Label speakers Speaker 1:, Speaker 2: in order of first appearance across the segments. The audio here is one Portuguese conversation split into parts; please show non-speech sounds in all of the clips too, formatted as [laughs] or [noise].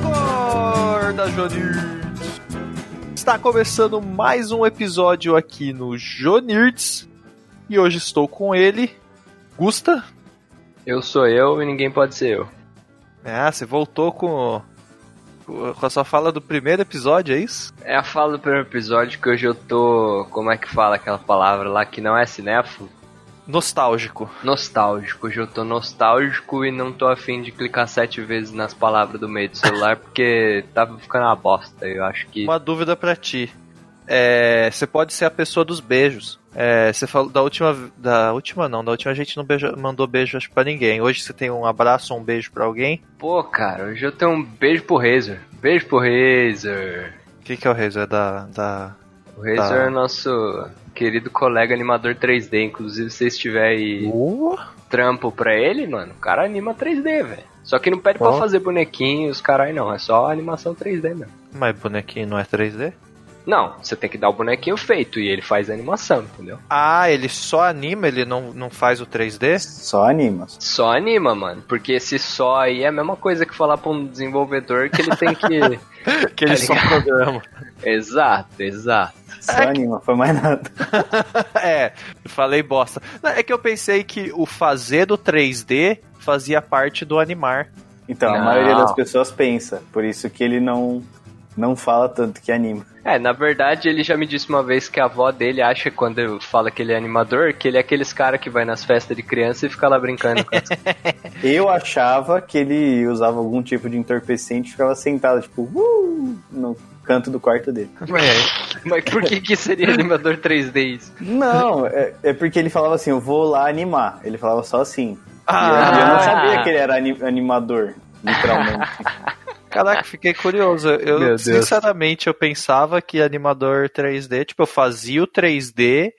Speaker 1: Acorda, Jonir! Está começando mais um episódio aqui no Jonirds. E hoje estou com ele, Gusta.
Speaker 2: Eu sou eu e ninguém pode ser eu.
Speaker 1: Ah, você voltou com, com a sua fala do primeiro episódio, é isso?
Speaker 2: É a fala do primeiro episódio que hoje eu tô. Como é que fala aquela palavra lá que não é cinéfilo?
Speaker 1: Nostálgico.
Speaker 2: Nostálgico. Hoje eu tô nostálgico e não tô afim de clicar sete vezes nas palavras do meio do celular porque tá ficando uma bosta. Eu acho que.
Speaker 1: Uma dúvida pra ti. É, você pode ser a pessoa dos beijos. É, você falou da última. Da última não, da última a gente não beija- mandou beijo acho, pra ninguém. Hoje você tem um abraço ou um beijo pra alguém.
Speaker 2: Pô, cara, hoje eu tenho um beijo pro Razer. Beijo pro Razer.
Speaker 1: O que, que é o Rezo? É da. da...
Speaker 2: O Razer é nosso querido colega animador 3D. Inclusive, se você estiver aí. trampo pra ele, mano, o cara anima 3D, velho. Só que não pede pra
Speaker 1: Ó.
Speaker 2: fazer bonequinho, os caras não, é só animação 3D mesmo.
Speaker 1: Mas bonequinho não é 3D?
Speaker 2: Não, você tem que dar o bonequinho feito e ele faz a animação, entendeu?
Speaker 1: Ah, ele só anima, ele não, não faz o 3D?
Speaker 3: Só anima.
Speaker 1: [laughs]
Speaker 2: Só anima, mano, porque esse só aí é a mesma coisa que falar pra um desenvolvedor que ele tem que.
Speaker 1: Que ele
Speaker 2: Tá
Speaker 1: só programa.
Speaker 2: exato, exato.
Speaker 3: Só anima, foi mais nada.
Speaker 1: [laughs] é, falei bosta. Não, é que eu pensei que o fazer do 3D fazia parte do animar.
Speaker 3: Então, a
Speaker 2: Não.
Speaker 3: maioria das pessoas pensa, por isso que ele não, não fala tanto que anima.
Speaker 2: É, na verdade ele já me disse uma vez que a avó dele acha, quando eu falo que ele é animador, que ele é aqueles cara que vai nas festas de criança e fica lá brincando com as
Speaker 3: Eu achava que ele usava algum tipo de entorpecente e ficava sentado, tipo, uh, no canto do quarto dele.
Speaker 2: Mas por que que seria animador 3D isso?
Speaker 3: Não, é, é porque ele falava assim, eu vou lá animar. Ele falava só assim. E eu-
Speaker 1: Ah,
Speaker 3: eu, não
Speaker 2: Ah.
Speaker 3: sabia que ele era ani- animador, literalmente.
Speaker 2: [laughs]
Speaker 1: caraca, fiquei curioso. Eu,
Speaker 2: Meu Deus.
Speaker 1: sinceramente, eu pensava que animador 3D, tipo, eu fazia o 3D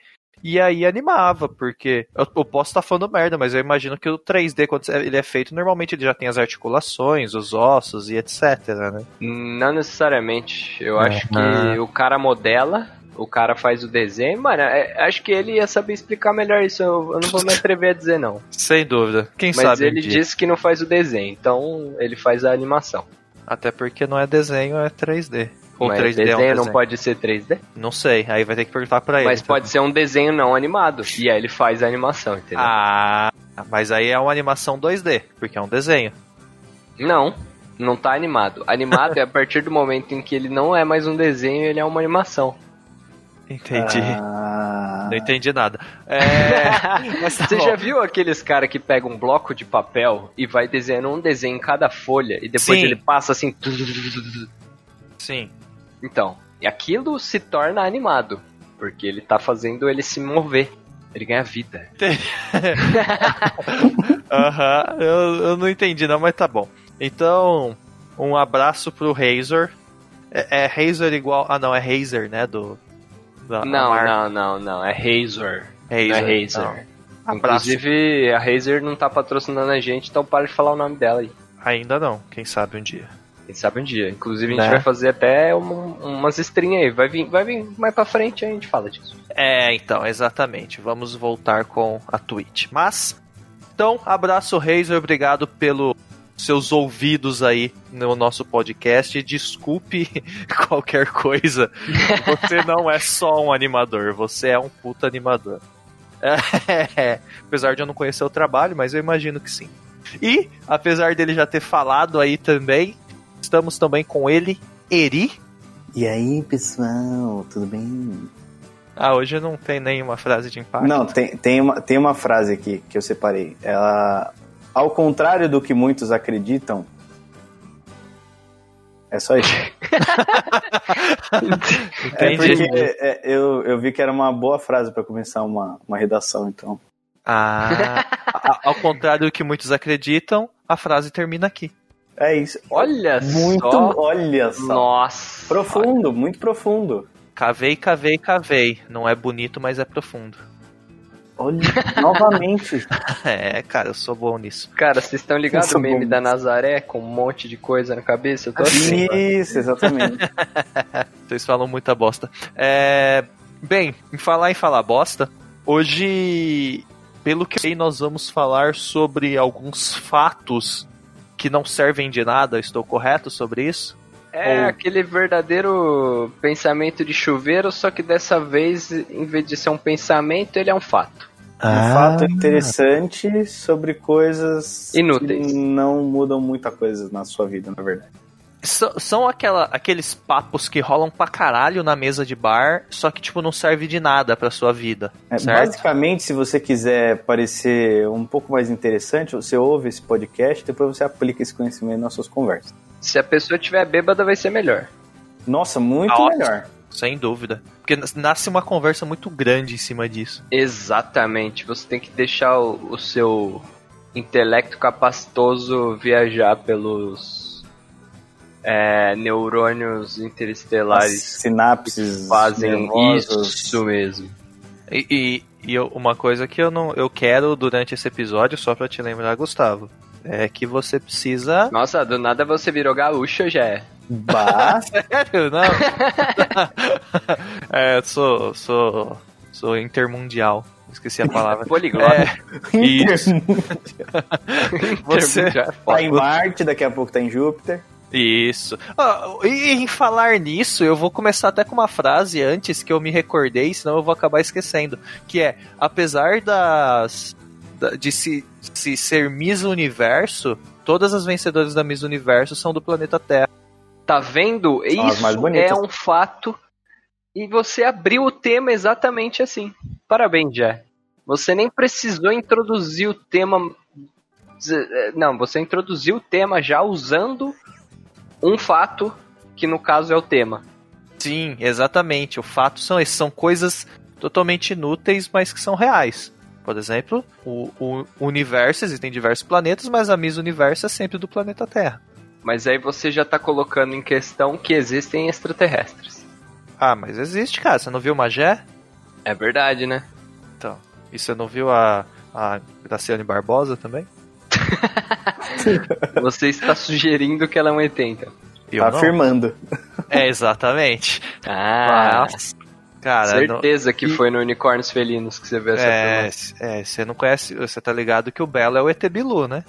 Speaker 1: e aí animava, porque eu, eu posso estar falando merda, mas eu imagino que o 3D, quando ele é feito, normalmente ele já tem as articulações, os ossos e etc, né?
Speaker 2: Não necessariamente. Eu
Speaker 1: É.
Speaker 2: acho que o cara modela, o cara faz o desenho. Mano, é- acho que ele ia saber explicar melhor isso. Eu, eu não vou me atrever a dizer, não.
Speaker 1: Sem dúvida. Quem
Speaker 2: Mas
Speaker 1: sabe um
Speaker 2: ele
Speaker 1: dia.
Speaker 2: disse que não faz o desenho, então ele faz a animação.
Speaker 1: Até porque não é desenho, é 3D. Ou
Speaker 2: Mas
Speaker 1: 3D é um
Speaker 2: desenho
Speaker 1: desenho. É,
Speaker 2: não pode ser 3D.
Speaker 1: Não sei, aí vai ter que perguntar pra ele.
Speaker 2: mas
Speaker 1: então.
Speaker 2: pode né? ser um desenho não animado. E aí ele faz a animação, entendeu?
Speaker 1: Ah, mas aí é uma animação 2D, porque é um desenho.
Speaker 2: Não, não tá animado. Animado é a partir do momento em que ele não é mais um desenho, ele é uma animação.
Speaker 1: Entendi.
Speaker 3: Ah,
Speaker 1: Não entendi
Speaker 2: [laughs]
Speaker 1: nada. É, mas tá
Speaker 2: Você
Speaker 1: bom.
Speaker 2: já viu aqueles cara que pega um bloco de papel e vai desenhando um desenho em cada folha e depois
Speaker 1: Sim.
Speaker 2: ele passa assim.
Speaker 1: Sim.
Speaker 2: Então, e aquilo se torna animado, porque ele tá fazendo ele se mover. Ele
Speaker 1: [laughs]
Speaker 2: ganha vida.
Speaker 1: Aham, eu, eu não entendi não, mas tá bom. Então, um abraço pro Razor. É, é Razor igual... Ah, não, é Razer, né? Do, da,
Speaker 2: não,
Speaker 1: a marca.
Speaker 2: não, não, não. É Razor. Não é
Speaker 1: Razer.
Speaker 2: Razer.
Speaker 1: não. Abraço.
Speaker 2: Inclusive, a Razer não tá patrocinando a gente, então para de falar o nome dela aí.
Speaker 1: Ainda não, quem sabe um dia.
Speaker 2: Quem sabe um dia. Inclusive, a gente
Speaker 1: Né?
Speaker 2: vai fazer até um- umas estrinhas aí. Vai vir, vai vir mais pra frente, aí a gente fala disso.
Speaker 1: [laughs] É, então, exatamente. Vamos voltar com a Twitch. Mas, então, abraço, Razer. Obrigado pelos seus ouvidos aí no nosso podcast. Desculpe [laughs] qualquer coisa. Você não é só um animador, você é um puta animador. É, [laughs] apesar de eu não conhecer o trabalho, mas eu imagino que sim. E, apesar dele já ter falado aí também, estamos também com ele, Eri.
Speaker 3: E aí, pessoal, tudo bem?
Speaker 1: Ah, hoje não tem nenhuma frase de impacto.
Speaker 3: Não, tem, tem, uma, tem uma frase aqui que eu separei. Ela. Ao contrário do que muitos acreditam. É só isso. É
Speaker 1: Entendi.
Speaker 3: porque é, eu, eu vi que era uma boa frase pra começar uma, uma redação, então.
Speaker 1: Ah, a- ao contrário do que muitos acreditam, a frase termina aqui.
Speaker 3: É isso.
Speaker 2: Olha
Speaker 3: Muito.
Speaker 2: só.
Speaker 3: Olha só.
Speaker 2: Nossa.
Speaker 3: Profundo, muito profundo.
Speaker 1: Cavei, cavei, cavei. Não é bonito, mas é profundo. [laughs]
Speaker 3: Olha, [laughs] novamente.
Speaker 1: É, cara, eu sou bom nisso.
Speaker 2: Cara, vocês estão ligados
Speaker 3: Isso
Speaker 2: no
Speaker 3: é
Speaker 2: meme
Speaker 3: bom.
Speaker 2: da Nazaré com um monte de coisa na cabeça? Eu tô assim. mano.
Speaker 3: Isso, exatamente.
Speaker 1: Vocês falam muita bosta. É, bem, em falar em falar bosta, hoje, pelo que eu sei, nós vamos falar sobre alguns fatos que não servem de nada, eu estou correto sobre isso?
Speaker 2: É
Speaker 1: Ou-
Speaker 2: aquele verdadeiro pensamento de chuveiro, só que dessa vez, em vez de ser um pensamento, ele é um fato.
Speaker 1: Ah.
Speaker 3: Um fato interessante sobre coisas
Speaker 2: Inúteis.
Speaker 3: que não mudam muita coisa na sua vida, na verdade.
Speaker 1: São, são aquela, aqueles papos que rolam pra caralho na mesa de bar, só que, tipo, não serve de nada pra sua vida.
Speaker 3: É,
Speaker 1: Certo.
Speaker 3: basicamente, se você quiser parecer um pouco mais interessante, você ouve esse podcast, depois você aplica esse conhecimento nas suas conversas.
Speaker 2: Se a pessoa tiver bêbada, vai ser melhor.
Speaker 3: Nossa, muito
Speaker 1: Tá Ótimo.
Speaker 3: melhor.
Speaker 1: Sem dúvida. Porque nas- nasce uma conversa muito grande em cima disso.
Speaker 2: Exatamente. Você tem que deixar o, o seu intelecto capacitoso viajar pelos é, neurônios
Speaker 3: As
Speaker 2: interestelares
Speaker 3: sinapses
Speaker 2: que fazem um
Speaker 3: nervosas.
Speaker 2: isso mesmo.
Speaker 1: E, e- e eu- uma coisa que eu não eu quero durante esse episódio, só pra te lembrar, Gustavo, é que você precisa. [laughs]
Speaker 2: Nossa, do nada você virou gaúcho já é.
Speaker 3: Bah,
Speaker 1: Sério, não? [laughs] é, eu sou, sou. Sou intermundial. Esqueci a palavra. É,
Speaker 2: Poliglota.
Speaker 1: Isso. Você-
Speaker 2: já é
Speaker 3: [laughs] tá
Speaker 2: foda.
Speaker 3: em Marte, daqui a pouco tá em Júpiter.
Speaker 1: Isso. Ah, e em falar nisso, eu vou começar até com uma frase antes que eu me recordei, senão eu vou acabar esquecendo. Que é, apesar das. da- de se, se ser Miss Universo, todas as vencedoras da Miss Universo são do planeta Terra.
Speaker 2: Tá vendo?
Speaker 3: São as
Speaker 2: Isso
Speaker 3: mais bonitas.
Speaker 2: é um fato. E você abriu o tema exatamente assim. Parabéns, Jé. Você nem precisou introduzir o tema. Z- eh, Não, você introduziu o tema já usando um fato, que no caso é o tema.
Speaker 1: Sim, exatamente. O fato são esses. São coisas totalmente inúteis, mas que são reais. Por exemplo, o, o universo, existem diversos planetas, mas a Miss Universo é sempre do planeta Terra.
Speaker 2: Mas aí você já tá colocando em questão que existem extraterrestres.
Speaker 1: Ah, mas existe, cara. Você não viu Magé?
Speaker 2: É verdade, né?
Speaker 1: E você não viu a, a Graciane Barbosa também?
Speaker 2: Você está sugerindo que ela é um ET, então.
Speaker 1: Eu não.
Speaker 3: Tá afirmando.
Speaker 1: É, [laughs] exatamente.
Speaker 2: Ah,
Speaker 1: Nossa, cara, não-
Speaker 2: certeza que
Speaker 1: E-
Speaker 2: foi no Unicórnios Felinos que você viu essa
Speaker 1: é,
Speaker 2: informação.
Speaker 1: é, você não conhece, você tá ligado que o Belo é o ET Bilu, né?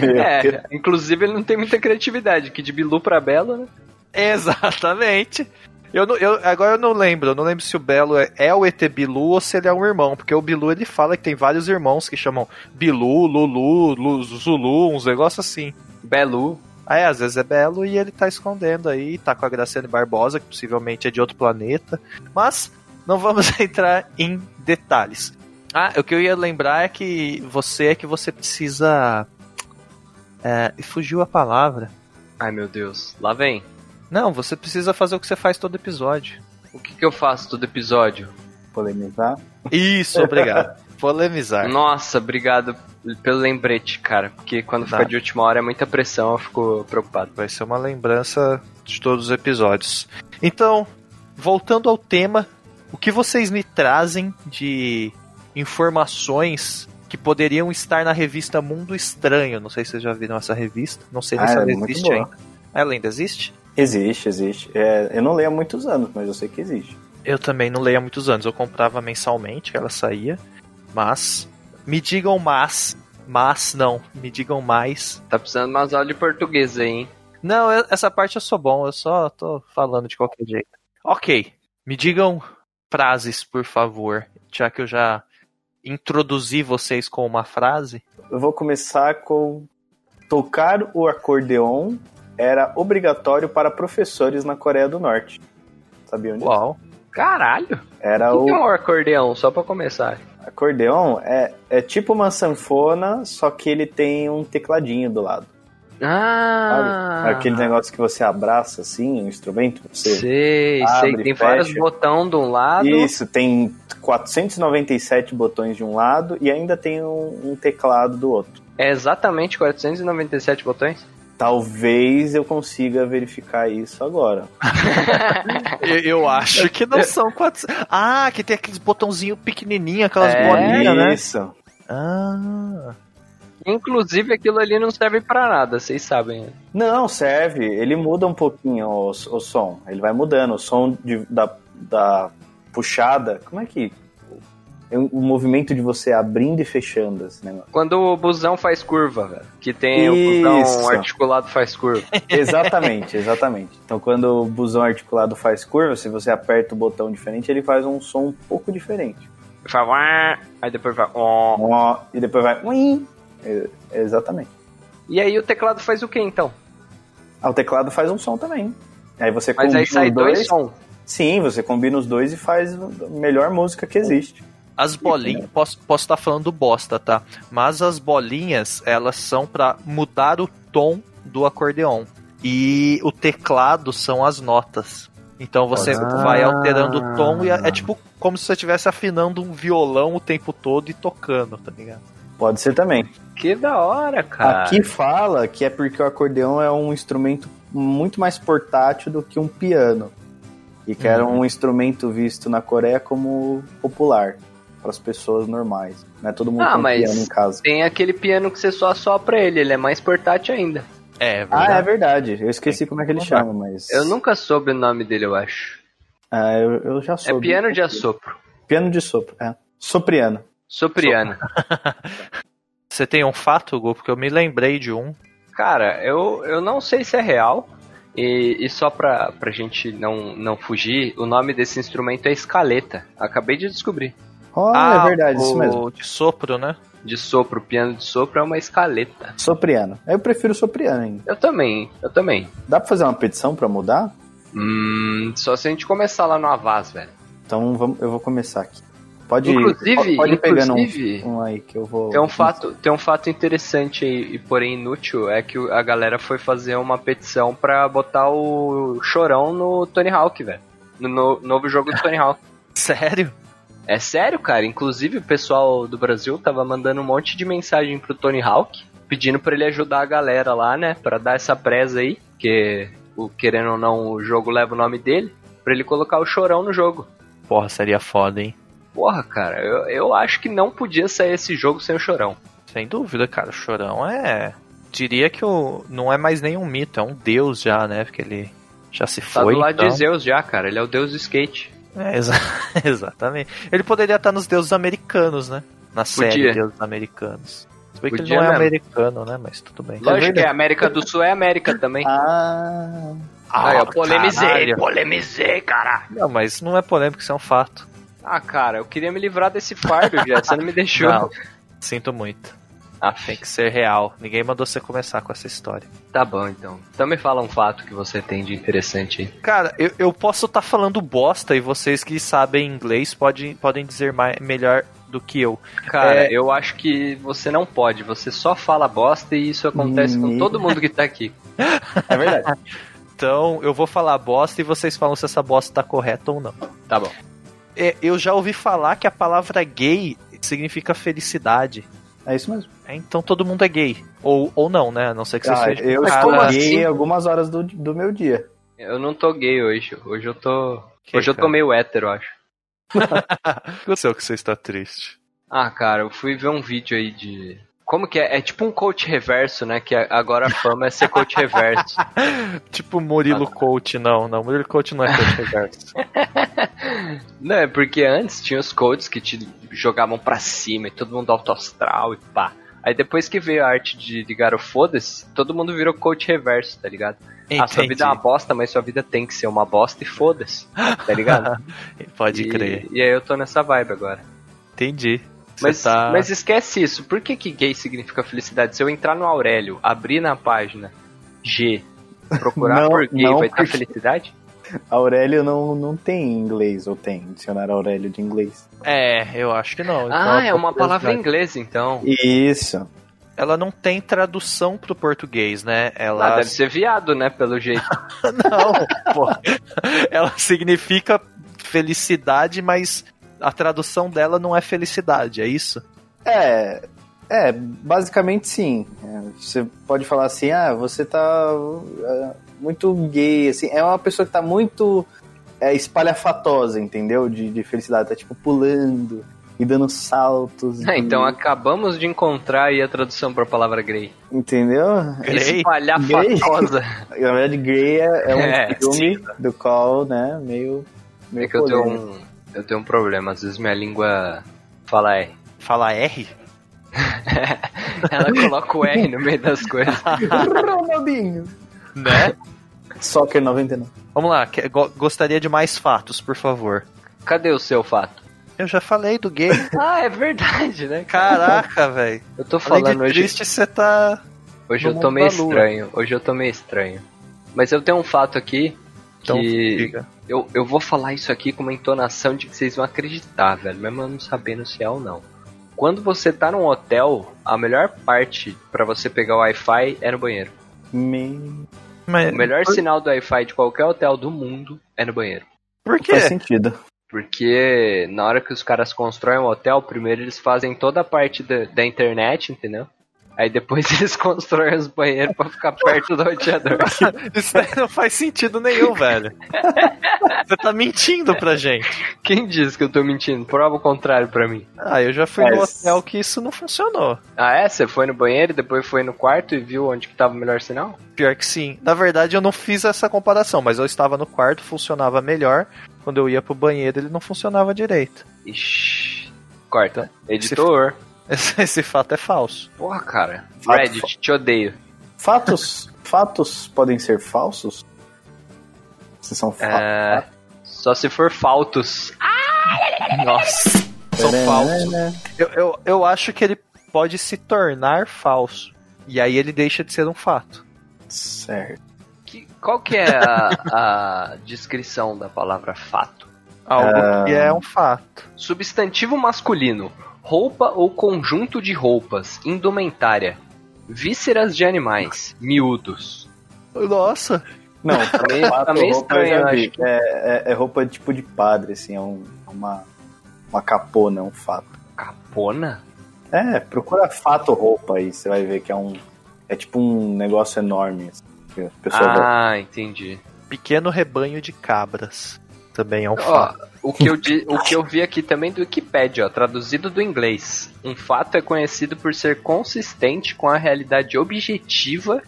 Speaker 2: É, inclusive ele não tem muita criatividade, que de Bilu pra Belo, né?
Speaker 1: Exatamente. Eu, não- eu- agora eu não lembro, eu não lembro se o Belo é, é o ET Bilu ou se ele é um irmão, porque o Bilu ele fala que tem vários irmãos que chamam Bilu, Lulu, Lu- Zulu, uns negócios assim.
Speaker 2: Belu.
Speaker 1: Ah, é, às vezes é belo e ele tá escondendo aí, tá com a Graciane Barbosa, que possivelmente é de outro planeta. Mas não vamos [laughs] entrar em detalhes. Ah, o que eu ia lembrar é que você é que você precisa. É, e fugiu a palavra.
Speaker 2: Ai meu Deus, lá vem.
Speaker 1: Não, você precisa fazer o que você faz todo episódio.
Speaker 2: O que, que eu faço todo episódio?
Speaker 3: [laughs] Polemizar.
Speaker 1: Isso, obrigado. Polemizar.
Speaker 2: Nossa, obrigado pelo lembrete, cara. Porque quando fica
Speaker 1: Nada.
Speaker 2: de última hora é muita pressão, eu fico preocupado.
Speaker 1: Vai ser uma lembrança de todos os episódios. Então, voltando ao tema, o que vocês me trazem de informações que poderiam estar na revista Mundo Estranho? Não sei se vocês já viram essa revista. Não sei nem
Speaker 3: Ah,
Speaker 1: se
Speaker 3: é
Speaker 1: ela
Speaker 3: muito
Speaker 1: existe
Speaker 3: boa.
Speaker 1: ainda. Ela ainda existe?
Speaker 3: Existe, existe. É, eu não leio há muitos anos, mas eu sei que existe.
Speaker 1: Eu também não leio há muitos anos. Eu comprava mensalmente, ela saía. Mas, me digam mas. Mas não, me digam mais.
Speaker 2: Tá precisando de umas aulas de português aí, hein?
Speaker 1: Não, eu- essa parte eu sou bom, eu só tô falando de qualquer jeito. Ok, me digam frases, por favor, já que eu já introduzi vocês com uma frase.
Speaker 3: Eu vou começar com tocar o acordeon era obrigatório para professores na Coreia do Norte. Sabia onde? é?
Speaker 1: Uau,
Speaker 2: Caralho!
Speaker 3: Era
Speaker 2: O que é
Speaker 3: o
Speaker 2: um acordeão, só pra começar?
Speaker 3: acordeon é, é tipo uma sanfona, só que ele tem um tecladinho do lado. É
Speaker 2: Ah!
Speaker 3: Aquele negócio que você abraça assim, o instrumento, você
Speaker 2: Sei, sei.
Speaker 3: Abre,
Speaker 2: Tem vários
Speaker 3: fecha.
Speaker 2: botões de um lado.
Speaker 3: Isso, tem 497 botões de um lado e ainda tem um, um teclado do outro.
Speaker 2: É exatamente 497 botões?
Speaker 3: Talvez eu consiga verificar isso agora.
Speaker 1: eu, eu acho que não são quatro. Ah, que tem aqueles botãozinho pequenininho, aquelas
Speaker 2: É,
Speaker 1: bolinhas, né?
Speaker 3: isso.
Speaker 1: Ah,
Speaker 2: Inclusive aquilo ali não serve pra nada, vocês sabem. né?
Speaker 3: Não, serve. Ele muda um pouquinho o, o som. Ele vai mudando. O som de- da, da puxada. Como é que. é um- o movimento de você abrindo e fechando esse
Speaker 2: [laughs]
Speaker 3: negócio.
Speaker 2: Quando o busão faz curva, velho. Que tem o
Speaker 3: Isso.
Speaker 2: busão articulado faz
Speaker 3: [laughs]
Speaker 2: curva.
Speaker 3: Exatamente, exatamente. Então quando o busão articulado faz curva, se você aperta o botão diferente, ele faz um som um pouco diferente.
Speaker 2: Fala,
Speaker 3: um
Speaker 2: "Uá", aí depois vai. "Ó".
Speaker 3: Ó, E depois vai. uim. É- Exatamente.
Speaker 2: E aí o teclado faz o que então?
Speaker 3: Ah, o teclado faz um som também. Aí você
Speaker 2: Mas aí
Speaker 3: os
Speaker 2: sai dois sons.
Speaker 3: Sim, você combina os dois e faz a melhor música que existe.
Speaker 1: As bolinhas, posso posso estar falando bosta, tá? Mas as bolinhas, elas são pra mudar o tom do acordeon. E o teclado são as notas. Então você
Speaker 2: Ah.
Speaker 1: vai alterando o tom e é, é tipo como se você estivesse afinando um violão o tempo todo e tocando, tá ligado?
Speaker 3: Pode ser também.
Speaker 2: Que da hora, cara.
Speaker 3: Aqui fala que é porque o acordeão é um instrumento muito mais portátil do que um piano. E que
Speaker 2: Uhum.
Speaker 3: era um instrumento visto na Coreia como popular para as pessoas normais. Não é todo mundo
Speaker 2: Ah,
Speaker 3: com um
Speaker 2: mas-
Speaker 3: piano em casa.
Speaker 2: Tem aquele piano que você só assopra ele, ele é mais portátil ainda.
Speaker 1: É, é
Speaker 3: Ah,
Speaker 1: verdade.
Speaker 3: é verdade. Eu esqueci como é que ele
Speaker 1: comprar.
Speaker 3: chama, mas.
Speaker 2: Eu nunca soube o nome dele, eu acho.
Speaker 3: Ah, eu, eu já soube. um
Speaker 2: É piano de assopro.
Speaker 3: Piano de sopro, é. Sopriano.
Speaker 2: Sopriano.
Speaker 1: Você tem um fato, Gu? Porque eu me lembrei de um.
Speaker 2: Cara, eu, eu não sei se é real. E, e só pra, pra gente não, não fugir, o nome desse instrumento é escaleta. Acabei de descobrir.
Speaker 3: Olha,
Speaker 2: Ah,
Speaker 3: é verdade, isso
Speaker 1: Ah, o
Speaker 3: mesmo.
Speaker 1: de sopro, né?
Speaker 2: De sopro, piano de sopro é uma escaleta.
Speaker 3: Sopriano. Eu prefiro sopriano ainda.
Speaker 2: Eu também, eu também.
Speaker 3: Dá pra fazer uma petição pra mudar?
Speaker 2: Hum, só se a gente começar lá no Avaz, velho.
Speaker 3: Então vamos, eu vou começar aqui. Pode
Speaker 2: Inclusive,
Speaker 3: pode ir pegando um,
Speaker 2: inclusive,
Speaker 3: um aí que eu vou.
Speaker 2: Tem um fato, tem um fato interessante aí, e porém inútil, é que a galera foi fazer uma petição pra botar o Chorão no Tony Hawk, velho. No, no- novo jogo do Tony Hawk.
Speaker 1: Sério?
Speaker 2: É sério, cara. Inclusive, o pessoal do Brasil tava mandando um monte de mensagem pro Tony Hawk, pedindo pra ele ajudar a galera lá, né? Pra dar essa presa aí, que, o, querendo ou não, o jogo leva o nome dele, pra ele colocar o Chorão no jogo.
Speaker 1: Porra, seria foda, hein?
Speaker 2: Porra, cara, eu, eu acho que não podia sair esse jogo sem o Chorão.
Speaker 1: Sem dúvida, cara. O Chorão é. Diria que o... não é mais nenhum mito, é um deus já, né? Porque ele já se
Speaker 2: Tá
Speaker 1: foi.
Speaker 2: do lado
Speaker 1: então.
Speaker 2: de Zeus já, cara. Ele é o deus do skate.
Speaker 1: É, [laughs] exa- exatamente. Ele poderia estar nos deuses americanos, né? Na série
Speaker 2: Podia.
Speaker 1: Deuses Americanos. Se bem que ele
Speaker 2: Podia
Speaker 1: não é
Speaker 2: mesmo.
Speaker 1: americano, né? Mas tudo bem.
Speaker 2: Lógico
Speaker 3: verdade.
Speaker 2: que a América do Sul é América também.
Speaker 3: Ah,
Speaker 2: Aí, ó,
Speaker 1: Ah,
Speaker 2: polemizei,
Speaker 1: caralho.
Speaker 2: polemizei, cara.
Speaker 1: Não, mas não é polêmico, isso é um fato.
Speaker 2: Ah, cara, eu queria me livrar desse fardo [laughs] já. Você não me deixou.
Speaker 1: Não, sinto muito.
Speaker 2: Ah,
Speaker 1: Tem que ser real. Ninguém mandou você começar com essa história.
Speaker 2: Tá bom, então. Então me fala um fato que você tem de interessante aí.
Speaker 1: Cara, eu, eu posso estar falando bosta e vocês que sabem inglês podem, podem dizer mais, melhor do que eu.
Speaker 2: Cara,
Speaker 1: É.
Speaker 2: eu acho que você não pode. Você só fala bosta e isso acontece com
Speaker 3: Menino.
Speaker 2: todo mundo que tá aqui.
Speaker 3: é verdade.
Speaker 1: Então, eu vou falar bosta e vocês falam se essa bosta tá correta ou não.
Speaker 2: [laughs] Tá bom.
Speaker 1: É, eu já ouvi falar que a palavra gay significa felicidade.
Speaker 3: É isso mesmo.
Speaker 1: É, então todo mundo é gay. Ou, ou não, né? A não ser que você
Speaker 3: Ah,
Speaker 1: seja.
Speaker 3: eu
Speaker 1: um cara
Speaker 3: estou
Speaker 2: como assim?
Speaker 3: gay algumas horas do, do meu dia.
Speaker 2: Eu não tô gay hoje. Hoje eu tô.
Speaker 1: que,
Speaker 2: hoje eu tô
Speaker 1: cara.
Speaker 2: meio hétero, eu acho.
Speaker 1: O que aconteceu que você está triste?
Speaker 2: Ah, cara, eu fui ver um vídeo aí de. Como que é? É tipo um coach reverso, né? Que agora a fama é ser coach [laughs] reverso.
Speaker 1: Tipo Murilo
Speaker 2: Ah,
Speaker 1: Coach, não, não. Murilo Coach não é
Speaker 2: [laughs]
Speaker 1: coach reverso.
Speaker 2: Não, é porque antes tinha os coaches que te jogavam pra cima e todo mundo alto astral e pá. Aí depois que veio a arte de ligar o foda-se, todo mundo virou coach reverso, tá ligado? A sua vida é uma bosta, mas sua vida tem que ser uma bosta e foda-se, tá ligado?
Speaker 1: [laughs] Pode
Speaker 2: E-
Speaker 1: crer.
Speaker 2: E aí eu tô nessa vibe agora.
Speaker 1: Entendi. Você
Speaker 2: Mas,
Speaker 1: tá...
Speaker 2: mas esquece isso, por que, que gay significa felicidade? Se eu entrar no Aurélio, abrir na página G, procurar
Speaker 3: Não,
Speaker 2: por gay,
Speaker 3: não,
Speaker 2: vai ter
Speaker 3: porque-
Speaker 2: felicidade?
Speaker 3: Aurélio não, não tem inglês, ou tem dicionário Aurélio de inglês.
Speaker 1: É, eu acho que não. Então,
Speaker 2: Ah, é uma palavra em
Speaker 1: curiosidade.
Speaker 2: inglês então.
Speaker 3: Isso.
Speaker 1: Ela não tem tradução pro português, né?
Speaker 2: Ah,
Speaker 1: Ela
Speaker 2: deve ser viado, né, pelo jeito.
Speaker 1: [laughs] Não, pô. Ela significa felicidade, mas a tradução dela não é felicidade, é isso?
Speaker 3: É. É, basicamente sim. É, Você pode falar assim, ah, você tá é, muito gay, assim. É uma pessoa que tá muito é, espalhafatosa, entendeu? De, de felicidade. Tá tipo pulando e dando saltos.
Speaker 1: Hum.
Speaker 2: Ah,
Speaker 3: e-
Speaker 2: então acabamos de encontrar aí a tradução para a palavra grey.
Speaker 3: Entendeu?
Speaker 1: Grey?
Speaker 2: Espalhafatosa.
Speaker 3: Na verdade, Grey é, é
Speaker 2: [laughs]
Speaker 3: um
Speaker 2: É,
Speaker 3: filme do qual, né, meio. meio
Speaker 2: É que eu tenho,
Speaker 3: polêmico.
Speaker 2: um, eu tenho um problema, às vezes minha língua Fala R.
Speaker 1: Fala R?
Speaker 2: [laughs] Ela coloca o R no meio das coisas. [laughs]
Speaker 3: Ronaldinho.
Speaker 1: Né?
Speaker 3: Soccer 99.
Speaker 1: [laughs] Vamos lá, que- go- gostaria de mais fatos, por favor.
Speaker 2: Cadê o seu fato?
Speaker 1: Eu já falei do game.
Speaker 2: Ah, é verdade, né? [laughs]
Speaker 1: Caraca, velho.
Speaker 2: Eu tô
Speaker 1: Além
Speaker 2: falando
Speaker 1: de
Speaker 2: hoje.
Speaker 1: triste, você tá.
Speaker 2: Hoje
Speaker 3: no
Speaker 2: eu tô
Speaker 3: mundo
Speaker 2: meio
Speaker 3: da lua.
Speaker 2: estranho. Hoje eu tô meio estranho. Mas eu tenho um fato aqui
Speaker 1: Então,
Speaker 2: que
Speaker 1: diga.
Speaker 2: eu, eu vou falar isso aqui com uma entonação de que vocês vão acreditar, velho. Mesmo eu não sabendo se é ou não. Quando você tá num hotel, a melhor parte pra você pegar o Wi-Fi é no banheiro.
Speaker 3: Me...
Speaker 1: Mas
Speaker 2: O melhor sinal do Wi-Fi de qualquer hotel do mundo é no banheiro.
Speaker 1: por
Speaker 3: Faz
Speaker 1: quê?
Speaker 3: sentido.
Speaker 2: Porque na hora que os caras constroem um hotel, primeiro eles fazem toda a parte da, da internet, entendeu? Aí depois [laughs] eles constroem os banheiros pra ficar perto do roteador.
Speaker 1: [laughs] Isso daí não faz sentido nenhum,
Speaker 2: [laughs]
Speaker 1: velho. Você tá mentindo pra gente.
Speaker 2: Quem diz que eu tô mentindo? Prova o contrário pra mim.
Speaker 1: Ah, eu já fui
Speaker 3: É,
Speaker 1: no
Speaker 3: s-
Speaker 1: hotel que isso não funcionou.
Speaker 2: Ah, é? Você foi no banheiro, depois foi no quarto e viu onde que tava o melhor sinal?
Speaker 1: Pior que sim. Na verdade, eu não fiz essa comparação, mas eu estava no quarto, funcionava melhor. Quando eu ia pro banheiro, ele não funcionava direito. [laughs]
Speaker 2: Ixi. Corta. Editor.
Speaker 1: Esse, esse fato é falso.
Speaker 2: Porra, cara.
Speaker 3: Fato,
Speaker 2: Reddit, te odeio.
Speaker 3: Fatos, fatos podem ser falsos? Se são fatos.
Speaker 2: É, só se for faltos.
Speaker 1: Nossa, são
Speaker 3: Né,
Speaker 1: falsos. Eu, eu, eu acho que ele pode se tornar falso. E aí ele deixa de ser um fato.
Speaker 3: Certo.
Speaker 2: Que- qual que é a, a descrição da palavra fato?
Speaker 1: Algo
Speaker 3: Ah.
Speaker 1: que é um fato.
Speaker 2: Substantivo masculino. Roupa ou conjunto de roupas. Indumentária. Vísceras de animais. Miúdos.
Speaker 1: Nossa,
Speaker 3: [laughs] Não,
Speaker 2: Tá meio, tá
Speaker 3: fato,
Speaker 2: meio
Speaker 3: roupa eu
Speaker 2: estranho,
Speaker 3: já
Speaker 2: eu
Speaker 3: vi.
Speaker 2: acho.
Speaker 3: É, é- é roupa tipo de padre, assim, é um- uma, uma capona, um fato.
Speaker 2: Capona?
Speaker 3: É, procura fato roupa aí, você vai ver que é um. É tipo um negócio enorme. assim, que a pessoa vai-
Speaker 2: Ah, entendi.
Speaker 1: pequeno rebanho de cabras. Também é um
Speaker 2: Ó,
Speaker 1: fato.
Speaker 2: o que, eu di- o que eu vi aqui também do Wikipedia, ó, traduzido do inglês. Um fato é conhecido por ser consistente com a realidade objetiva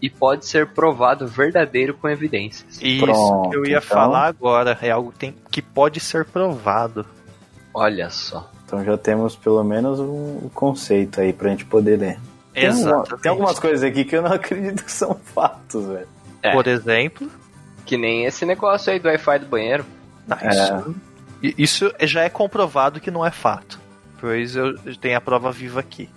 Speaker 2: e pode ser provado verdadeiro com evidências.
Speaker 1: Isso
Speaker 3: pronto,
Speaker 1: que eu ia
Speaker 3: então.
Speaker 1: falar agora. É algo que, tem, que pode ser provado.
Speaker 2: Olha só.
Speaker 3: Então já temos pelo menos um conceito aí pra gente poder ler. Tem uma-
Speaker 1: Exatamente.
Speaker 3: Tem algumas coisas aqui que eu não [laughs] acredito que são fatos, velho.
Speaker 2: É.
Speaker 1: Por exemplo.
Speaker 2: Que nem esse negócio aí do Wi-Fi do banheiro.
Speaker 1: Não,
Speaker 3: É.
Speaker 1: isso, i- isso já é comprovado que não é fato. Pois eu eu tenho a prova viva aqui.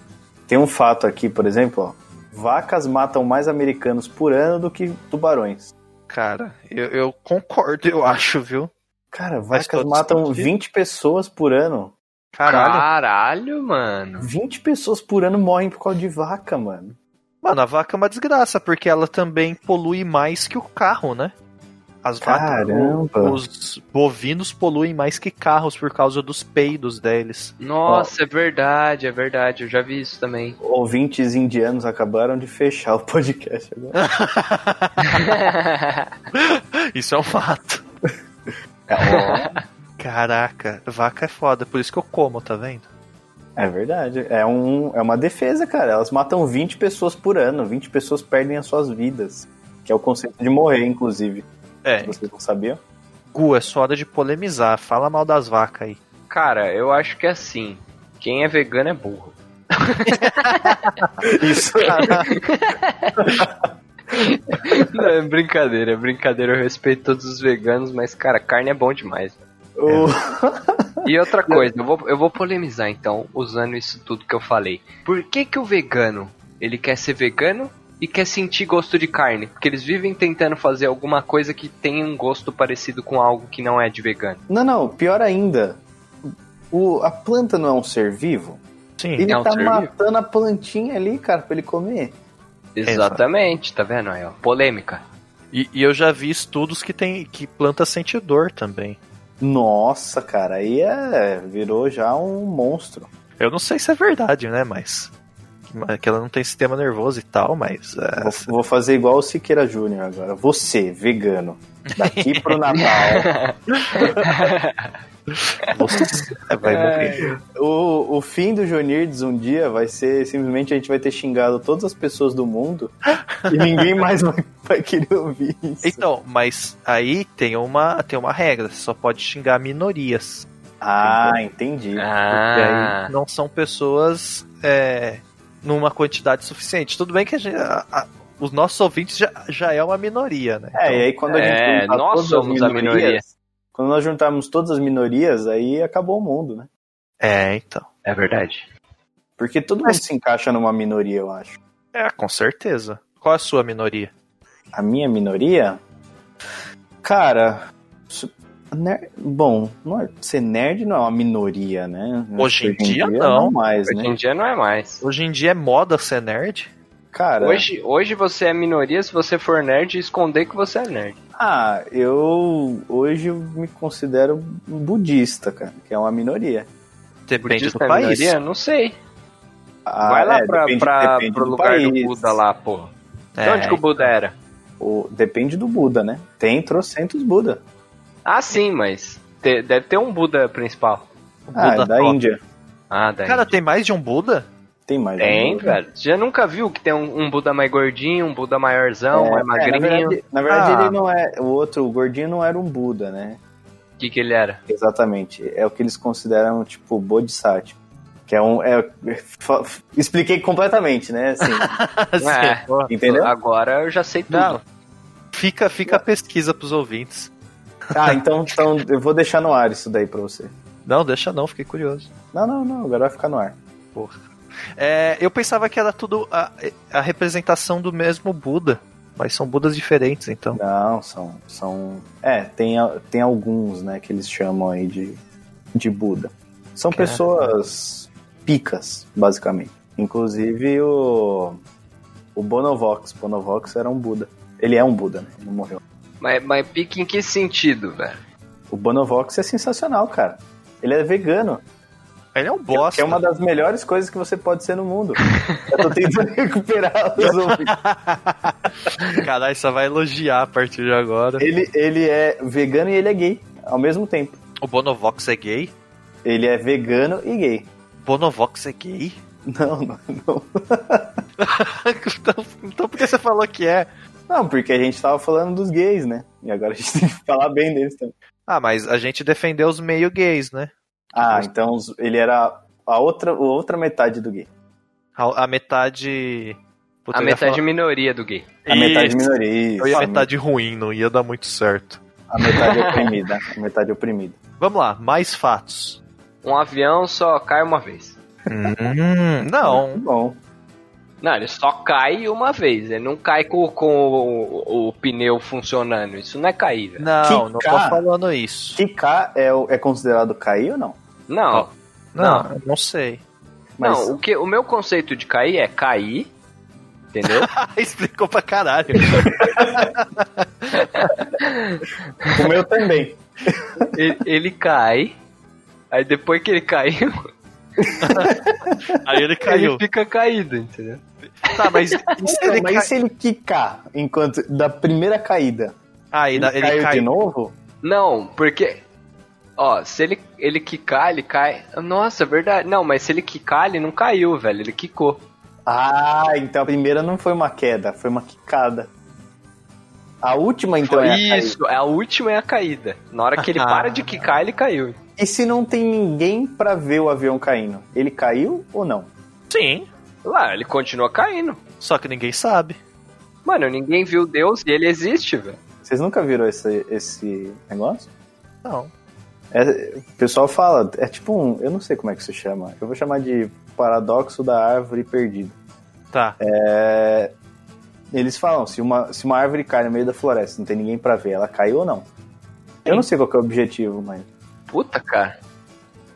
Speaker 3: Tem um fato aqui, por exemplo, ó. Vacas matam mais americanos por ano do que tubarões.
Speaker 1: Cara, eu, eu concordo, eu acho, viu?
Speaker 3: Cara,
Speaker 1: Faz
Speaker 3: vacas
Speaker 1: todo
Speaker 3: matam
Speaker 1: sentido.
Speaker 3: 20 pessoas por ano.
Speaker 1: Caralho.
Speaker 2: Ah. Caralho, mano.
Speaker 3: 20 pessoas por ano morrem por causa de vaca, mano.
Speaker 1: Mano, a vaca é uma desgraça, porque ela também polui mais que o carro, né? As vacas, o-
Speaker 3: Caramba.
Speaker 1: os bovinos poluem mais que carros por causa dos peidos deles. [gasps]
Speaker 2: Nossa, é verdade, é verdade. Eu já vi isso também.
Speaker 3: Ouvintes indianos acabaram de fechar o [laughs] podcast agora.
Speaker 1: Isso é um fato. Caraca, vaca é foda, por isso que eu como, tá vendo?
Speaker 3: É verdade. É, um, é uma defesa, cara. Elas matam 20 pessoas por ano. 20 pessoas perdem as suas vidas. Que é o conceito de morrer, inclusive.
Speaker 1: É,
Speaker 3: Vocês não sabiam?
Speaker 1: Gu, é só hora de polemizar, fala mal das vacas aí.
Speaker 2: [laughs] Cara, eu acho que é assim. Quem é vegano é burro. [laughs]
Speaker 3: Isso.
Speaker 2: Não, é brincadeira, é brincadeira. Eu respeito todos os veganos, mas, cara, carne é bom demais.
Speaker 3: [laughs] O-
Speaker 2: E outra [laughs] coisa, eu vou, eu vou polemizar então, usando isso tudo que eu falei. Por que que o vegano, ele quer ser vegano e quer sentir gosto de carne? Porque eles vivem tentando fazer alguma coisa que tenha um gosto parecido com algo que não é de vegano.
Speaker 3: Não, não. Pior ainda. O, a planta não é um ser vivo?
Speaker 1: Sim.
Speaker 3: Ele
Speaker 2: É um
Speaker 3: tá
Speaker 2: ser vivo.
Speaker 3: matando a plantinha ali, cara, pra ele comer.
Speaker 2: Exatamente, tá vendo aí, ó? Polêmica.
Speaker 1: E, e eu já vi estudos que tem que planta sente dor também.
Speaker 3: Nossa, cara. Aí é, virou já um monstro.
Speaker 1: Eu não sei se é verdade, né? Mas que- que ela não tem sistema nervoso e tal, mas é,
Speaker 3: Vou, vou fazer igual o Siqueira Júnior agora. Você, vegano.
Speaker 2: [laughs]
Speaker 3: Daqui pro Natal.
Speaker 1: você é,
Speaker 3: É,
Speaker 1: vai morrer.
Speaker 3: O, o fim do Jonirds um dia vai ser simplesmente a gente vai ter xingado todas as pessoas do mundo e ninguém mais vai, vai querer ouvir isso.
Speaker 1: Então, mas aí tem uma tem uma regra, você só pode xingar minorias.
Speaker 3: Ah, entendi.
Speaker 1: E
Speaker 2: Ah.
Speaker 3: Ah.
Speaker 1: aí não são pessoas é, numa quantidade suficiente. Tudo bem que a gente- a- a- os nossos ouvintes já, já é uma minoria, né?
Speaker 3: É, e aí quando a gente
Speaker 2: É,
Speaker 3: juntar
Speaker 2: nós
Speaker 3: todas
Speaker 2: somos
Speaker 3: as
Speaker 2: a
Speaker 3: minorias,
Speaker 2: minoria.
Speaker 3: Quando nós juntarmos todas as minorias, aí acabou o mundo, né?
Speaker 1: É, então.
Speaker 2: É verdade.
Speaker 3: Porque todo mundo se encaixa numa minoria, eu acho.
Speaker 1: É, com certeza. Qual a sua minoria?
Speaker 3: A minha minoria? Cara. su- ner- Bom, não é- ser nerd não é uma minoria, né?
Speaker 1: Hoje em dia, não.
Speaker 3: mais,
Speaker 2: Hoje em
Speaker 3: né?
Speaker 2: dia não é mais.
Speaker 1: Hoje em dia é moda ser nerd?
Speaker 3: Cara.
Speaker 2: Hoje, hoje você é minoria se você for nerd e esconder que você é nerd.
Speaker 3: Ah, eu. Hoje eu me considero um budista, cara, que é uma minoria.
Speaker 1: Depende do
Speaker 2: Budista é
Speaker 1: país.
Speaker 2: minoria? Não sei.
Speaker 3: Ah,
Speaker 2: Vai lá
Speaker 3: é,
Speaker 2: pra,
Speaker 3: depende-
Speaker 2: pra-
Speaker 3: depende
Speaker 2: pro
Speaker 3: do
Speaker 2: lugar do,
Speaker 3: país.
Speaker 2: Buda lá, pô. De
Speaker 1: É,
Speaker 2: onde que o Buda era?
Speaker 3: O- depende do Buda, né? Tem trocentos Buda.
Speaker 2: Ah, sim, mas te- deve ter um Buda principal.
Speaker 1: o Buda
Speaker 3: Ah, é da
Speaker 1: top.
Speaker 3: Índia.
Speaker 2: Ah, daí.
Speaker 1: Cara, tem mais de um Buda? [laughs]
Speaker 3: Tem mais.
Speaker 2: tem,
Speaker 3: um Buda.
Speaker 2: velho. Você já nunca viu que tem um, um Buda mais gordinho, um Buda maiorzão, mais
Speaker 3: É, na
Speaker 2: magrinho?
Speaker 3: verdade, na verdade
Speaker 1: Ah.
Speaker 3: ele não é. O outro, o gordinho, não era um Buda, né?
Speaker 2: O que que ele era?
Speaker 3: Exatamente. É o que eles consideram, tipo, Bodhisattva. Que é um. é- fa- expliquei completamente, né? Assim,
Speaker 2: [laughs]
Speaker 1: Ah,
Speaker 2: É.
Speaker 1: Pô,
Speaker 3: entendeu?
Speaker 2: Agora eu já sei tudo.
Speaker 1: Não. Fica, fica a pesquisa pros ouvintes.
Speaker 3: Ah, então, então eu vou deixar no ar isso daí pra você.
Speaker 1: Não, deixa não, fiquei curioso.
Speaker 3: Não, não, não, agora vai ficar no ar.
Speaker 1: É, eu pensava que era tudo a, a representação do mesmo Buda, mas são Budas diferentes, então.
Speaker 3: Não, são. são é, tem, a- tem alguns, né, que eles chamam aí de, de Buda. São
Speaker 1: Caraca.
Speaker 3: pessoas picas, basicamente. Inclusive o. O Bonovox. Bonovox era um Buda. Ele é um Buda, né? Ele não morreu.
Speaker 2: Mas, mas pique em que sentido, velho?
Speaker 3: O Bonovox é sensacional, cara. Ele é vegano,
Speaker 1: Ele é um
Speaker 3: que é-
Speaker 1: bosta.
Speaker 3: que é uma das melhores coisas que você pode ser no mundo. Eu tô tentando [laughs]
Speaker 1: [laughs]
Speaker 3: recuperar os ouvidos.
Speaker 1: Caralho, só vai elogiar a partir de agora.
Speaker 3: Ele, ele é vegano e ele é gay ao mesmo tempo.
Speaker 1: O Bonovox é gay?
Speaker 3: Ele é vegano e gay.
Speaker 1: Bonovox é gay?
Speaker 3: [laughs] Não, não, não.
Speaker 1: [laughs] então, então por que você falou que é?
Speaker 3: Não, porque a gente tava falando dos gays, né? E agora a gente [laughs] tem que falar bem deles também.
Speaker 1: Ah, mas a gente defendeu os meio gays, né?
Speaker 3: Ah, então os- ele era a outra, a outra metade do gay.
Speaker 1: A, a metade. Puta,
Speaker 2: a
Speaker 1: eu ia
Speaker 2: metade é
Speaker 1: falar-
Speaker 2: minoria do gay.
Speaker 3: A metade
Speaker 1: Isso.
Speaker 3: minoria.
Speaker 1: Eu ia
Speaker 3: a
Speaker 1: metade ruim, não ia dar muito certo.
Speaker 3: A metade oprimida. A metade oprimida.
Speaker 1: Vamos lá, mais fatos.
Speaker 2: Um avião só cai uma vez.
Speaker 1: Hum, não,
Speaker 3: Bom,
Speaker 2: Não, ele só cai uma vez. Ele não cai com, com o, o- o pneu funcionando. Isso não é cair, velho.
Speaker 1: não, não tô
Speaker 3: Quicar.
Speaker 1: falando isso.
Speaker 3: quicar é, o- é considerado cair ou não?
Speaker 2: Não,
Speaker 1: Não, eu não sei. [laughs]
Speaker 3: Mas
Speaker 2: não. O, que, o meu conceito de cair é cair, entendeu?
Speaker 1: Ah, Explicou pra caralho.
Speaker 3: o
Speaker 1: [laughs]
Speaker 3: meu também.
Speaker 2: ele, ele cai. Aí depois que ele caiu, [laughs]
Speaker 1: Aí
Speaker 3: [laughs]
Speaker 1: ele
Speaker 2: ele
Speaker 1: caiu.
Speaker 2: fica caído, entendeu?
Speaker 1: Tá, mas. e se
Speaker 3: Então,
Speaker 1: ele
Speaker 3: mas
Speaker 1: cai-
Speaker 3: e se ele quicar enquanto da primeira caída?
Speaker 1: Ah, ele,
Speaker 3: Ele,
Speaker 1: ele
Speaker 3: caiu de
Speaker 1: caiu.
Speaker 3: novo?
Speaker 2: Não, porque. Ó, se ele, ele quicar, ele cai. Nossa, é verdade. Não, mas se ele quicar, ele não caiu, velho. Ele quicou.
Speaker 3: Ah, então a primeira não foi uma queda, foi uma quicada. A última, então, é a caída.
Speaker 2: Isso, é a última é a caída. Na hora que ele para de quicar, ele caiu.
Speaker 3: E se não tem ninguém pra ver o avião caindo? Ele caiu ou não?
Speaker 1: Sim.
Speaker 2: Lá, ele continua caindo.
Speaker 1: Só que ninguém sabe.
Speaker 2: Mano, ninguém viu Deus e ele existe, velho.
Speaker 3: Vocês nunca viram esse, esse negócio?
Speaker 1: Não.
Speaker 3: É, o pessoal fala, é tipo um. Eu não sei como é que se chama. Eu vou chamar de paradoxo da árvore perdida.
Speaker 1: Tá.
Speaker 3: É, eles falam, se uma, se uma árvore cai no meio da floresta, não tem ninguém pra ver, ela caiu ou não? Eu não sei qual que é o objetivo, mas.
Speaker 2: Puta, cara.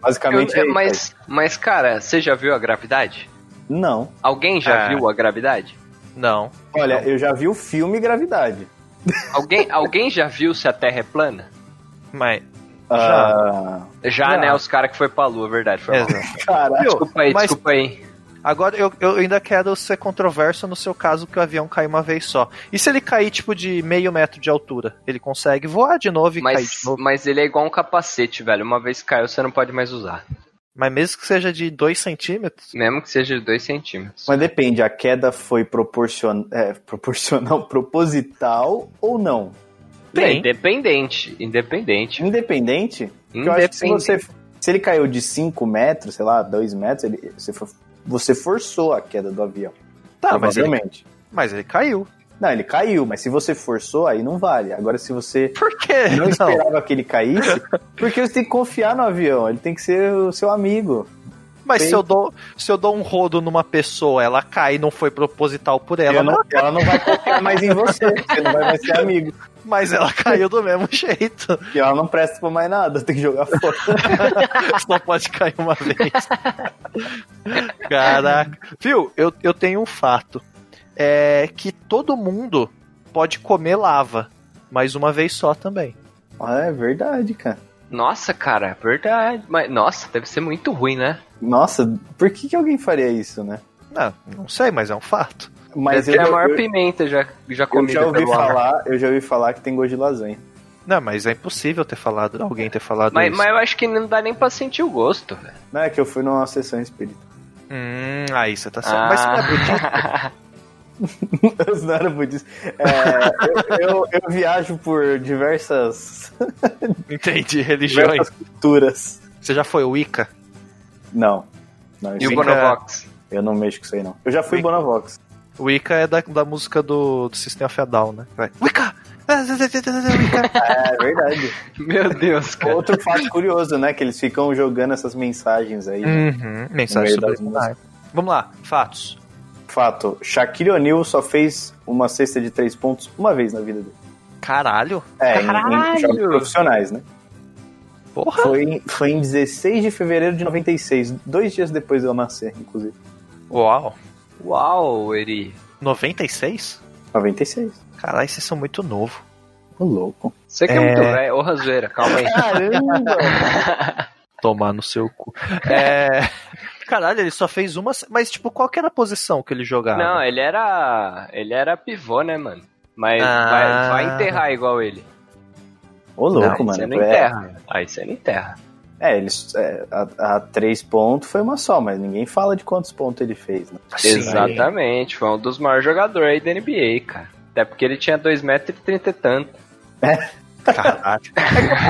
Speaker 3: Basicamente.
Speaker 2: Eu-
Speaker 3: é isso,
Speaker 2: mas, mas, cara, você já viu a gravidade?
Speaker 3: aí. Não.
Speaker 2: Alguém já
Speaker 1: Ah.
Speaker 2: viu a gravidade?
Speaker 1: Não.
Speaker 3: Olha, eu já vi o filme Gravidade. [laughs]
Speaker 2: Alguém, alguém já viu se a Terra é plana?
Speaker 1: Mas.
Speaker 3: Já. É.
Speaker 2: Já,
Speaker 1: Já.
Speaker 2: né? Os caras que foi pra Lua, verdade. Foi mal.
Speaker 1: Exato.
Speaker 3: Caraca.
Speaker 1: Viu?
Speaker 2: Desculpa aí,
Speaker 1: Mas-
Speaker 2: desculpa aí.
Speaker 1: Agora eu, eu ainda quero ser controverso no seu caso que o avião caiu uma vez só. E se ele cair tipo de meio metro de altura? Ele consegue voar de novo e cair
Speaker 2: Mas,
Speaker 1: de novo.
Speaker 2: mas ele é igual um capacete, velho. Uma vez que caiu, você não pode mais usar.
Speaker 1: Mas mesmo que seja de 2 centímetros,
Speaker 2: Mesmo que seja de 2 centímetros.
Speaker 3: Mas depende, a queda foi proporcion... é, proporcional, [laughs] proposital ou não?
Speaker 2: Não,
Speaker 1: tem.
Speaker 2: Independente. Independente.
Speaker 3: Independente? Porque Eu acho que se
Speaker 2: Independente.
Speaker 3: você Se ele caiu de 5 metros, sei lá, 2 metros, ele, você, for- você forçou a queda do avião.
Speaker 1: Tá, mas ele,
Speaker 3: provavelmente.
Speaker 1: mas ele caiu.
Speaker 3: Não, ele caiu, mas se você forçou, aí não vale. Agora, se
Speaker 1: [laughs]
Speaker 3: você
Speaker 1: Por quê?
Speaker 3: não esperava que ele caísse, porque você tem que confiar no avião, ele tem que ser o seu amigo.
Speaker 1: Mas
Speaker 3: Tem-
Speaker 1: se eu, dou, se eu dou um rodo numa pessoa, ela cai e não foi proposital por ela,
Speaker 3: Ela não, ela não vai confiar mais em você, você não vai mais ser amigo.
Speaker 1: mas ela caiu do mesmo [laughs] jeito.
Speaker 3: Porque ela não presta pra mais nada, tem que jogar fora.
Speaker 1: [laughs] Só pode cair uma vez. [laughs] Caraca. Viu, eu, eu tenho um fato. É que todo mundo pode comer lava, mas uma vez só também.
Speaker 3: Ah, é verdade, cara.
Speaker 2: Nossa, cara, é verdade. Mas, nossa, deve ser muito ruim, né?
Speaker 3: Nossa, por que, que alguém faria isso, né?
Speaker 1: Não, não sei, mas é um fato.
Speaker 3: Mas eu,
Speaker 2: deve ter É a maior
Speaker 3: eu,
Speaker 2: pimenta já, já
Speaker 3: eu
Speaker 2: comida
Speaker 3: já ouvi
Speaker 2: pelo ar.
Speaker 3: falar, eu já ouvi falar que tem gosto de lasanha.
Speaker 1: Não, mas é impossível ter falado, alguém ter falado
Speaker 2: Mas,
Speaker 1: isso.
Speaker 2: mas eu acho que não dá nem pra sentir o gosto, velho.
Speaker 3: Não é que eu fui numa sessão espírita. [laughs]
Speaker 1: Hum, aí você tá certo. Mas você não é budista?
Speaker 2: Ah. [laughs]
Speaker 3: Os não era budista. É, eu, eu- eu viajo por diversas, [laughs]
Speaker 1: [laughs] Entendi, religiões.
Speaker 3: diversas culturas.
Speaker 1: Você já foi Wicca?
Speaker 3: Não. não eu,
Speaker 2: e o
Speaker 1: Fica-
Speaker 2: Bonovox.
Speaker 3: eu não mexo com isso aí, não. Eu já fui
Speaker 1: Fica-
Speaker 3: Bonavox.
Speaker 1: Wicca é da, da música do, do System of a Down, né? Vai, Wicca! Wicca!
Speaker 3: É verdade.
Speaker 2: [laughs] Meu Deus, cara.
Speaker 3: [laughs] Outro fato curioso, né? Que eles ficam jogando essas mensagens aí.
Speaker 1: uhum, [laughs] mensagem
Speaker 3: No meio das
Speaker 1: subliminar. Vamos lá, fatos.
Speaker 3: Fato, Shaquille O'Neal só fez uma cesta de três pontos uma vez na vida dele.
Speaker 1: Caralho!
Speaker 3: É, em- em,
Speaker 2: Caralho!
Speaker 3: jogos profissionais, né?
Speaker 1: Porra!
Speaker 3: Foi, em- foi em 16 de fevereiro de 96, dois dias depois de eu nascer, inclusive.
Speaker 1: Uau!
Speaker 2: Uau, Eri.
Speaker 1: 96?
Speaker 3: 96.
Speaker 1: Caralho, vocês são muito novo.
Speaker 3: Ô, louco.
Speaker 2: Você que é,
Speaker 1: É.
Speaker 2: muito velho. Ô, Razoeira, calma aí.
Speaker 3: Caramba!
Speaker 1: Tomar no seu cu. [laughs] É... Caralho, ele só fez uma. Mas, tipo, qual que era a posição que ele jogava?
Speaker 2: [laughs] Não, ele era. Ele era pivô, né, mano? Mas
Speaker 1: Ah.
Speaker 2: vai, vai enterrar igual ele.
Speaker 3: Ô, louco,
Speaker 2: Aí
Speaker 3: mano.
Speaker 2: Você não
Speaker 3: é,
Speaker 2: enterra. Aí você não enterra.
Speaker 3: é, eles, é, a, a três pontos foi uma só, mas ninguém fala de quantos pontos ele fez, né?
Speaker 1: Sim.
Speaker 2: é Exatamente, foi um dos maiores jogadores aí da NBA, cara. Até porque ele tinha 2,30m e tanto.
Speaker 1: Caralho.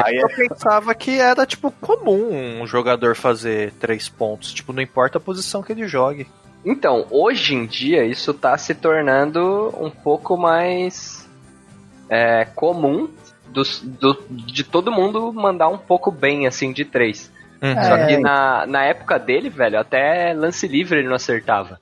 Speaker 3: Aí é-
Speaker 1: Eu pensava que era, tipo, comum um jogador fazer três pontos. Tipo, não importa a posição que ele jogue.
Speaker 2: Então, hoje em dia, isso tá se tornando um pouco mais é, comum dos- do- de todo mundo mandar um pouco bem, assim, de três.
Speaker 1: Uhum.
Speaker 2: Só
Speaker 3: É.
Speaker 2: que na, na época dele, velho, até lance livre ele não acertava.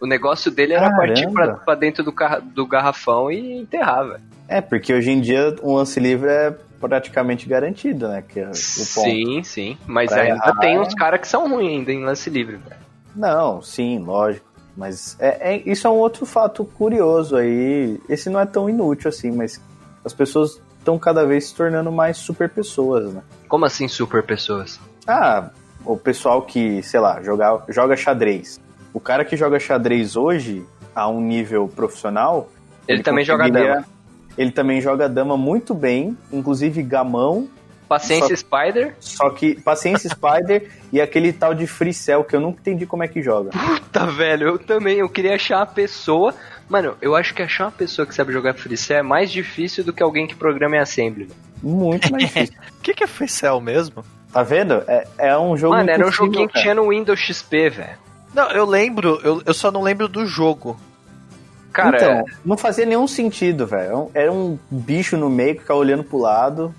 Speaker 2: O negócio dele era partir pra,
Speaker 3: Caramba.
Speaker 2: pra dentro do, carra- do garrafão e enterrar, velho.
Speaker 3: é, porque hoje em dia um lance livre é praticamente garantido, né? Que é o ponto.
Speaker 2: Sim, sim. Mas
Speaker 3: Pra
Speaker 2: ainda
Speaker 3: errar. é.
Speaker 2: tem uns caras que são ruins ainda em lance livre, velho.
Speaker 3: Não, sim, lógico. Mas é, é- isso é um outro fato curioso aí. Esse não é tão inútil assim, mas as pessoas estão cada vez se tornando mais super pessoas, né?
Speaker 2: Como assim super pessoas?
Speaker 3: Ah, o pessoal que, sei lá, joga, joga xadrez. O cara que joga xadrez hoje, a um nível profissional.
Speaker 2: Ele, também joga
Speaker 3: conseguiria-
Speaker 2: dama.
Speaker 3: Ele também joga dama muito bem, inclusive gamão,
Speaker 2: Paciência Spider?
Speaker 3: só que paciência [laughs] Spider e aquele tal de Free Cell, que eu nunca entendi como é que joga.
Speaker 2: Puta, Tá, velho, eu também. Eu queria achar uma pessoa. Mano, eu acho que achar uma pessoa que sabe jogar FreeCell é mais difícil do que alguém que programa em Assembly. velho.
Speaker 3: Muito mais difícil.
Speaker 1: O que, que é Freecell mesmo?
Speaker 3: Tá vendo? É, é um jogo.
Speaker 2: Mano, era um
Speaker 3: impossível,
Speaker 2: joguinho que
Speaker 3: cara.
Speaker 2: tinha no Windows XP, velho.
Speaker 1: Não, eu lembro, eu, eu só não lembro do jogo.
Speaker 2: Cara, [laughs] é-
Speaker 3: Então, não fazia nenhum sentido, velho. Era um- Era um bicho no meio que ficava olhando pro lado.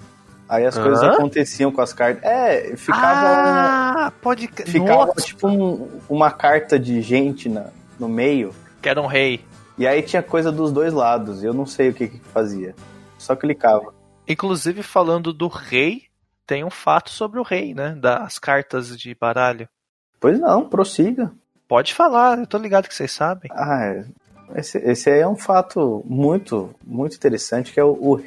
Speaker 3: Aí as
Speaker 1: Hã?
Speaker 3: coisas aconteciam com as cartas. É, ficava.
Speaker 1: Ah, pode.
Speaker 3: ficava
Speaker 1: Nossa,
Speaker 3: tipo um- uma carta de gente na, no meio.
Speaker 1: que era um rei.
Speaker 3: E aí tinha coisa dos dois lados. e Eu não sei o que, que fazia. Só clicava.
Speaker 1: Inclusive, falando do rei, tem um fato sobre o rei, né? Das cartas de baralho.
Speaker 3: Pois não, prossiga.
Speaker 1: Pode falar, eu tô ligado que vocês sabem.
Speaker 3: Ah, é- esse, esse aí é um fato muito, muito interessante, que é o, o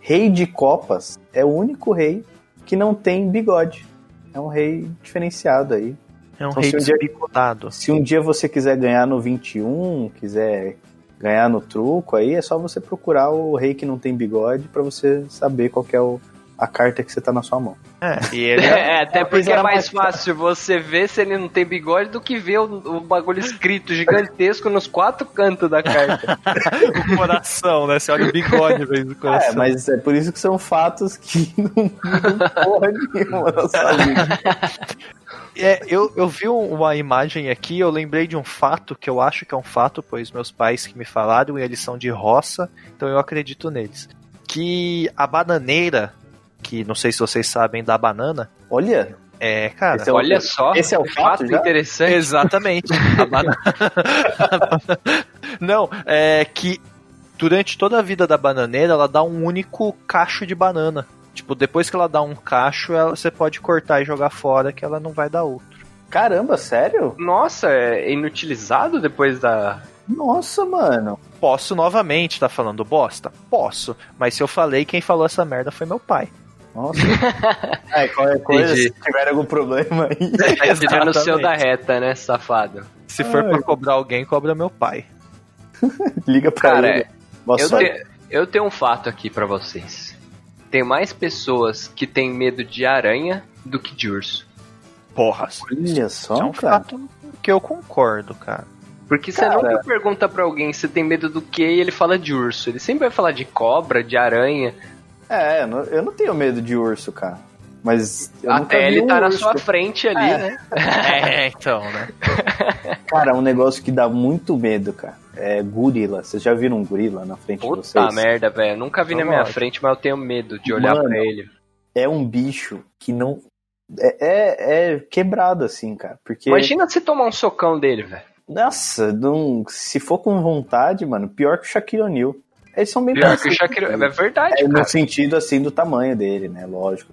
Speaker 3: rei de copas é o único rei que não tem bigode. É um rei diferenciado aí.
Speaker 1: É um
Speaker 3: Então,
Speaker 1: rei
Speaker 3: se um dia-
Speaker 1: desbicotado.
Speaker 3: Se um dia você quiser ganhar no 21, quiser ganhar no truco, aí é só você procurar o rei que não tem bigode pra você saber qual que é o- a carta que você tá na sua mão.
Speaker 1: É, e ele é,
Speaker 2: É, até porque é
Speaker 3: era
Speaker 2: mais
Speaker 3: um mais-
Speaker 2: fácil você ver se ele não tem bigode do que ver o, o bagulho escrito gigantesco nos quatro cantos da
Speaker 3: [laughs]
Speaker 2: carta.
Speaker 1: o coração, né? Você olha o bigode em vez do coração.
Speaker 3: É, mas é por isso que são fatos que [laughs] não, não porra nenhuma na sua vida.
Speaker 1: É, eu, eu vi um- uma imagem aqui, eu lembrei de um fato que eu acho que é um fato, pois meus pais que me falaram e eles são de roça, então eu acredito neles. Que a bananeira, que não sei se vocês sabem da banana,
Speaker 3: Olha,
Speaker 1: é, cara. [laughs]
Speaker 3: Esse é o-
Speaker 2: Olha só,
Speaker 3: esse é o fato já?
Speaker 2: interessante.
Speaker 1: Exatamente. A bana- [laughs] não, é que durante toda a vida da bananeira ela dá um único cacho de banana. Tipo, depois que ela dá um cacho, ela- você pode cortar e jogar fora que ela não vai dar outro.
Speaker 3: caramba, sério?
Speaker 2: Nossa, é inutilizado depois da.
Speaker 3: Nossa, mano.
Speaker 1: Posso novamente tá falando bosta? Posso. Mas se eu falei, quem falou essa merda foi meu pai.
Speaker 2: [laughs]
Speaker 3: Nossa. É, qualquer coisa,
Speaker 2: Entendi.
Speaker 3: se tiver algum problema aí. [laughs]
Speaker 2: Tá tirando o seu
Speaker 1: Exatamente.
Speaker 2: da reta, né, safado?
Speaker 1: Se for
Speaker 3: Ai.
Speaker 1: pra cobrar alguém, cobra meu pai.
Speaker 3: Liga pra
Speaker 2: Cara, é,
Speaker 3: ele. Boa
Speaker 2: Eu,
Speaker 3: sorte.
Speaker 2: te- eu tenho um fato aqui pra vocês. Tem mais pessoas que têm medo de aranha do que de urso.
Speaker 1: Porra.
Speaker 3: Olha
Speaker 1: isso é
Speaker 3: só,
Speaker 1: um
Speaker 3: Então, cara.
Speaker 1: fato que eu concordo, cara.
Speaker 2: Porque você
Speaker 3: Cara.
Speaker 2: nunca pergunta pra alguém se tem medo do que e ele fala de urso. Ele sempre vai falar de cobra, de aranha,
Speaker 3: É, eu não- eu não tenho medo de urso, cara. Mas eu nunca
Speaker 2: até
Speaker 3: vi
Speaker 2: ele
Speaker 3: um
Speaker 2: tá na
Speaker 3: urso.
Speaker 2: sua frente ali,
Speaker 3: É.
Speaker 2: né?
Speaker 1: É, então, né?
Speaker 3: Cara, um negócio que dá muito medo, cara. É gorila. Vocês já viram um gorila na frente de
Speaker 2: Puta
Speaker 3: vocês?
Speaker 2: merda, velho. Nunca vi na
Speaker 1: Eu
Speaker 2: minha
Speaker 1: gosto.
Speaker 2: frente, mas eu tenho medo de olhar
Speaker 3: Mano.
Speaker 2: pra ele.
Speaker 3: É um bicho que não. É, é, é quebrado, assim, cara. Porque.
Speaker 2: Imagina se tomar um socão dele, velho.
Speaker 3: Nossa, não- se for com vontade, mano, pior que o Shaquille O'Neal. Eles são bem
Speaker 2: Pior que o
Speaker 3: parecidos. [laughs]
Speaker 2: Shaquille... É verdade,
Speaker 3: Então, assim, É, no
Speaker 2: cara.
Speaker 3: sentido, assim, do tamanho dele, né? Lógico.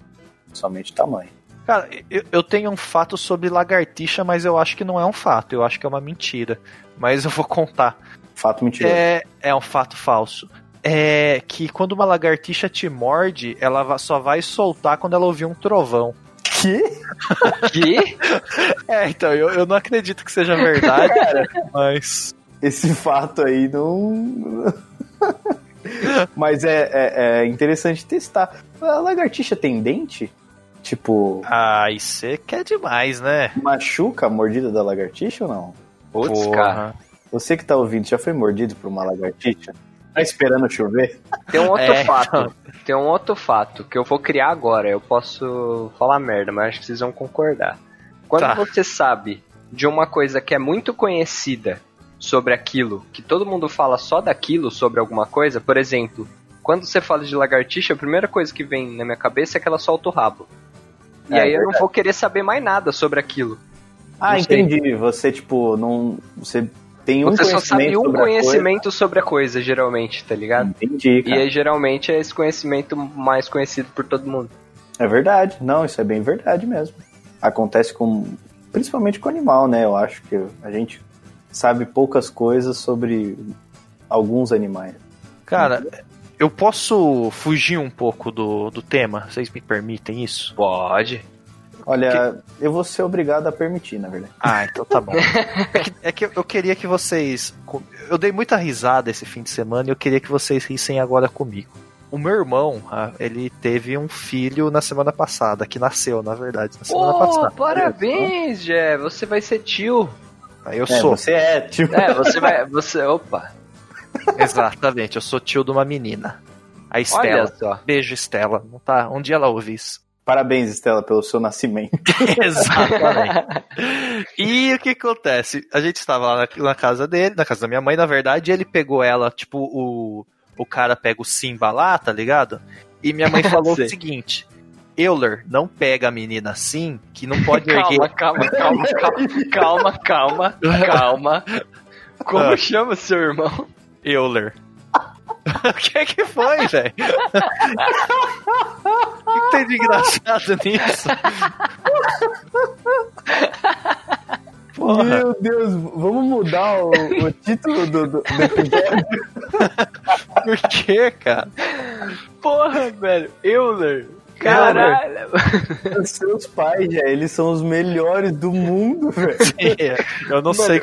Speaker 3: Somente o tamanho.
Speaker 1: Cara, eu, eu tenho um fato sobre lagartixa, mas eu acho que não é um fato, eu acho que é uma mentira. Mas eu vou contar.
Speaker 3: Fato mentiroso.
Speaker 1: É, é um fato falso. É que quando uma lagartixa te morde, ela va- só vai soltar quando ela ouvir um trovão.
Speaker 3: Que?
Speaker 2: Que?
Speaker 1: É, então, eu, eu não acredito que seja
Speaker 2: [laughs]
Speaker 1: verdade,
Speaker 3: Cara,
Speaker 1: mas.
Speaker 3: esse fato aí não. [laughs] Mas é, é- é interessante testar. A lagartixa tem dente? Tipo,
Speaker 1: Ah, isso é que é demais, né?
Speaker 3: machuca a mordida da lagartixa ou não?
Speaker 2: Putz,
Speaker 1: Porra.
Speaker 2: cara.
Speaker 3: Você que tá ouvindo, já foi mordido por uma lagartixa? Tá esperando chover?
Speaker 2: Tem um outro
Speaker 1: É,
Speaker 2: fato. Tem um outro fato que eu vou criar agora. Eu posso falar merda, mas acho que vocês vão concordar. Quando
Speaker 1: Tá.
Speaker 2: você sabe de uma coisa que é muito conhecida sobre aquilo, que todo mundo fala só daquilo sobre alguma coisa, por exemplo, quando você fala de lagartixa, a primeira coisa que vem na minha cabeça é que ela solta o rabo. E
Speaker 3: É,
Speaker 2: aí eu não vou querer saber mais nada sobre aquilo.
Speaker 3: Ah,
Speaker 2: Não sei.
Speaker 3: entendi. Você, tipo, não. Você tem um
Speaker 2: você só
Speaker 3: conhecimento.
Speaker 2: sabe um
Speaker 3: sobre a
Speaker 2: conhecimento sobre a coisa, geralmente, tá ligado?
Speaker 1: Hum.
Speaker 3: coisa. Entendi,
Speaker 2: E
Speaker 3: cara.
Speaker 2: aí, geralmente, é esse conhecimento mais conhecido por todo mundo.
Speaker 3: É verdade. Não, isso é bem verdade mesmo. Acontece com. Principalmente com animal, né? Eu acho que a gente sabe poucas coisas sobre alguns animais.
Speaker 1: Cara, eu posso fugir um pouco do, do tema? Vocês me permitem isso?
Speaker 2: Pode.
Speaker 3: Olha, eu vou ser obrigado a permitir, na verdade.
Speaker 1: Ah, então tá
Speaker 2: [laughs]
Speaker 1: bom. É que, é que eu- eu queria que vocês. co- Eu dei muita risada esse fim de semana e eu queria que vocês rissem agora comigo. O meu irmão, ah, ele teve um filho na semana passada, que nasceu, na verdade, na semana
Speaker 2: Pô,
Speaker 1: passada.
Speaker 2: parabéns, Jé. Você vai ser tio.
Speaker 1: Aí eu
Speaker 3: É,
Speaker 1: sou,
Speaker 3: você é, tipo.
Speaker 2: É, você vai. Você. Opa!
Speaker 1: [laughs] exatamente, eu sou tio de uma menina. A
Speaker 2: Olha
Speaker 1: Estela.
Speaker 2: só.
Speaker 1: Beijo, Estela. Não tá? Um dia ela ouve isso. [laughs]
Speaker 3: Parabéns, Estela, pelo seu nascimento.
Speaker 1: Exatamente. e o que acontece? A gente estava lá na, na casa dele, na casa da minha mãe, na verdade, ele pegou ela, tipo, o, o cara pega o Simba lá, tá ligado? E minha
Speaker 2: [laughs]
Speaker 1: mãe falou
Speaker 2: Sei.
Speaker 1: o seguinte: Euler, não pega a menina assim, que não
Speaker 2: [laughs]
Speaker 1: pode
Speaker 2: Calma,
Speaker 1: erguer.
Speaker 2: calma, calma, calma, calma, calma, calma. Como
Speaker 1: Ah.
Speaker 2: chama seu irmão?
Speaker 1: Euler. [laughs] O que que foi,
Speaker 2: [laughs]
Speaker 1: velho? O que tem de engraçado nisso? [laughs] Porra.
Speaker 3: Meu Deus, vamos mudar o, o título do, do, do episódio.
Speaker 1: Por que, cara?
Speaker 2: Porra, velho. Euler. Caralho.
Speaker 1: Caralho.
Speaker 3: Os [laughs] Seus pais, já, eles são os melhores do mundo, velho.
Speaker 1: Eu não sei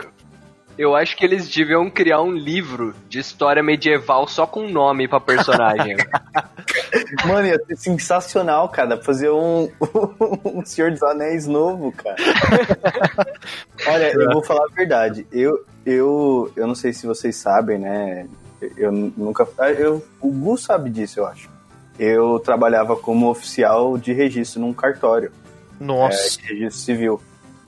Speaker 2: Eu acho que eles deviam criar um livro de história medieval só com nome pra personagem.
Speaker 3: Mano, ia ser sensacional, cara. Fazer um, [laughs] um Senhor dos Anéis novo, cara. Olha, eu vou falar a verdade. Eu, eu, eu não sei se vocês sabem, né? Eu, eu nunca. ah, Eu, o Gu sabe disso, eu acho. Eu trabalhava como oficial de registro num cartório, é,
Speaker 1: Nossa.
Speaker 3: de registro civil.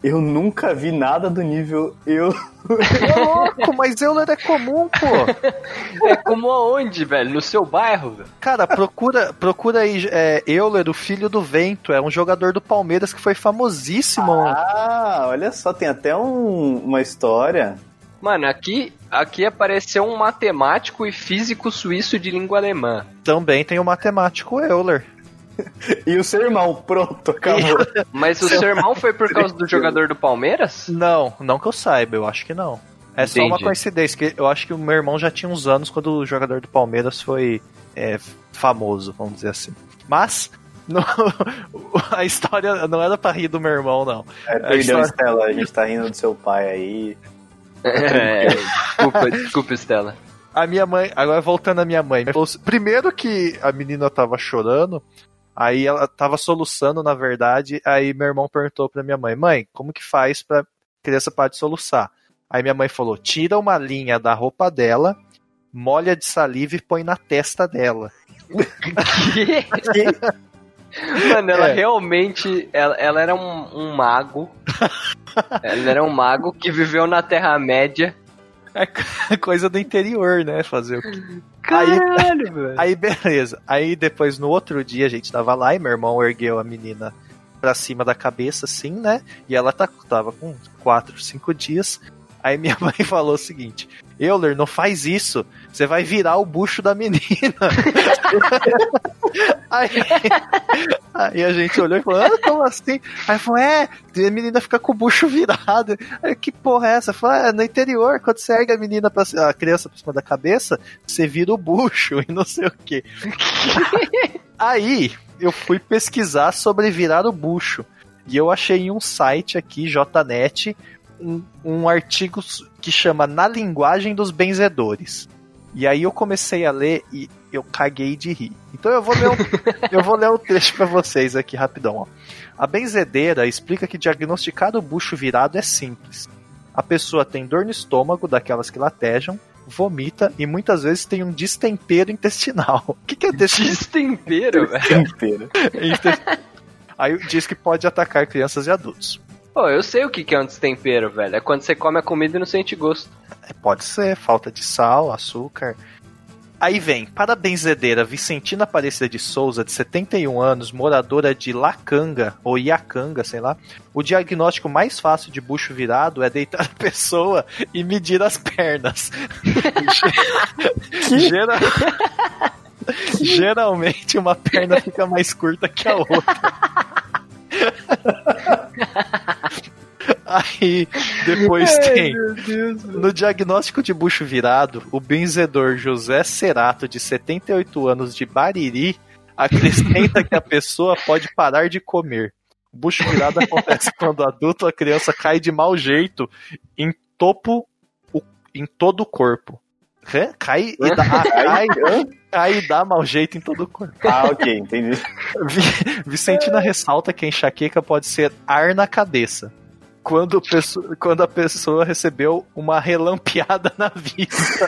Speaker 3: Eu nunca vi nada do nível. Eu.
Speaker 1: Ô, É, louco, mas eu não era comum, pô.
Speaker 2: [laughs] É como aonde, velho? No seu bairro, velho?
Speaker 1: Cara, procura, procura aí é, Euler, o filho do vento. É um jogador do Palmeiras que foi famosíssimo.
Speaker 3: Ah, [laughs] olha só, tem até um- uma história.
Speaker 2: Mano, aqui, aqui apareceu um matemático e físico suíço de língua alemã.
Speaker 1: Também tem o matemático Euler.
Speaker 3: E o seu irmão, pronto, acabou.
Speaker 2: Mas o seu irmão foi por causa do jogador do Palmeiras?
Speaker 1: Não, não que eu saiba, eu acho que não. É só uma
Speaker 2: Entendi.
Speaker 1: coincidência, que eu acho que o meu irmão já tinha uns anos quando o jogador do Palmeiras foi é, famoso, vamos dizer assim. Mas [laughs] não- a história não era pra rir do meu irmão, não.
Speaker 3: É,
Speaker 1: A
Speaker 3: perdão,
Speaker 1: história-
Speaker 3: Estela, a gente tá rindo do seu pai aí.
Speaker 2: É, [laughs] desculpa, desculpa, Estela.
Speaker 1: A minha mãe, agora voltando à minha mãe, ela falou assim, primeiro que a menina tava chorando, aí ela tava soluçando, na verdade, aí meu irmão perguntou pra minha mãe, mãe, como que faz pra criança parar de soluçar? Aí minha mãe falou, tira uma linha da roupa dela, molha de saliva e põe na testa dela. [laughs]
Speaker 2: Mano, ela
Speaker 1: É.
Speaker 2: realmente. Ela, ela era um, um mago. Ela era um mago que viveu na Terra-média.
Speaker 1: É coisa do interior, né, fazer o quê?
Speaker 2: [laughs] Caralho, velho.
Speaker 1: Aí beleza, aí depois no outro dia a gente tava lá e meu irmão ergueu a menina pra cima da cabeça assim, né? E ela tá- tava com 4, 5 dias. Aí minha [laughs] mãe falou o seguinte: Euler, não faz isso. Você vai virar o bucho da menina. [laughs] aí, aí a gente olhou e falou: ah, como assim? Aí falou: é, a menina fica com o bucho virado. Aí, que porra é essa? Falou: ah, no interior, quando você ergue a menina, pra, ci- a criança pra cima da cabeça, você vira o bucho [laughs] e não sei o quê. aí eu fui pesquisar sobre virar o bucho. E eu achei em um site aqui, JNet, um, um artigo s- que chama Na Linguagem dos Benzedores. E aí eu comecei a ler e eu caguei de rir. Então eu vou ler um, eu vou ler um trecho pra vocês aqui rapidão. Ó. A benzedeira explica que diagnosticar o bucho virado é simples. A pessoa tem dor no estômago, daquelas que latejam, vomita e muitas vezes tem um destempero intestinal. [laughs] O que, que é destempero?
Speaker 2: Destempero, velho.
Speaker 3: Tempero.
Speaker 1: Aí diz que pode atacar crianças e adultos.
Speaker 2: Pô, eu sei o que que é um destempero, velho. É quando você come a comida e não sente gosto.
Speaker 1: É, Pode ser, falta de sal, açúcar. Aí vem, para a benzedeira Vicentina Aparecida de Souza, de 71 anos, moradora de Lacanga, ou Iacanga, sei lá, o diagnóstico mais fácil de bucho virado é deitar a pessoa e medir as pernas. Gera- Geralmente uma perna fica mais curta que a outra. Aí depois tem. No diagnóstico de bucho virado, o benzedor José Cerato, de 78 anos, de Bariri, acrescenta que a pessoa pode parar de comer. O bucho virado acontece [laughs] quando adulto a criança cai de mau jeito em topo o- em todo o corpo. Hã? Cai e dá, ah, cai,
Speaker 3: Aí, hã?
Speaker 1: cai e dá mau jeito em todo o corpo.
Speaker 3: ah, ok, entendi.
Speaker 1: Vi- Vicentina ressalta que a enxaqueca pode ser ar na cabeça. Quando, o pesso- quando a pessoa recebeu uma relampeada na vista.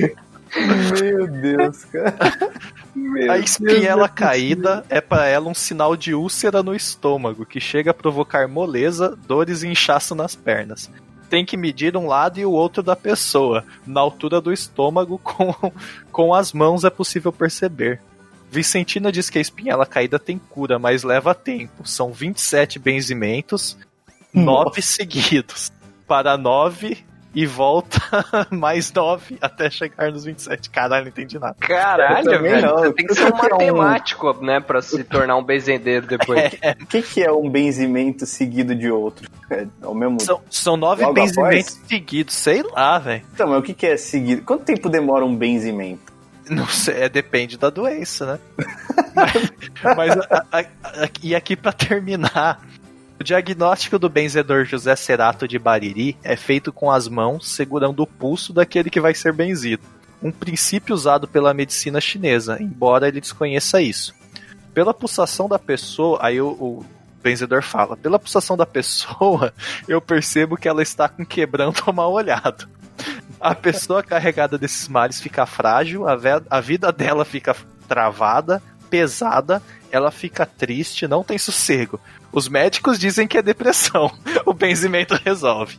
Speaker 3: Meu Deus, cara.
Speaker 1: A espinhela caída é para ela um sinal de úlcera no estômago, que chega a provocar moleza, dores e inchaço nas pernas. Tem que medir um lado e o outro da pessoa. Na altura do estômago, [laughs] com, com as mãos é possível perceber. Vicentina diz que a espinhela caída tem cura, mas leva tempo. São 27 benzimentos, nove seguidos. Para nove e volta [laughs] mais nove até chegar nos 27. Caralho, não entendi nada.
Speaker 3: Eu
Speaker 2: Caralho,
Speaker 3: também
Speaker 2: velho.
Speaker 3: não.
Speaker 2: Você tem que ser um
Speaker 3: Eu quero um-
Speaker 2: matemático, né? Pra se tornar um benzendeiro depois.
Speaker 3: O que, que é um benzimento seguido de outro? É ao mesmo tempo.
Speaker 1: São, são nove
Speaker 3: Logo
Speaker 1: benzimentos seguidos, sei lá, velho.
Speaker 3: Então, mas o que, que é seguido? Quanto tempo demora um benzimento?
Speaker 1: Não sei, é, depende da doença, né? mas mas a- a- a- e aqui pra terminar, O diagnóstico do benzedor José Cerato de Bariri é feito com as mãos segurando o pulso daquele que vai ser benzido, um princípio usado pela medicina chinesa, embora ele desconheça isso. Pela pulsação da pessoa, aí o, o benzedor fala, pela pulsação da pessoa, [laughs] eu percebo que ela está com quebranto ou mal olhado. A pessoa carregada desses males fica frágil, a, ve- a vida dela fica travada, pesada, ela fica triste, não tem sossego. Os médicos dizem que é depressão. [laughs] O benzimento resolve.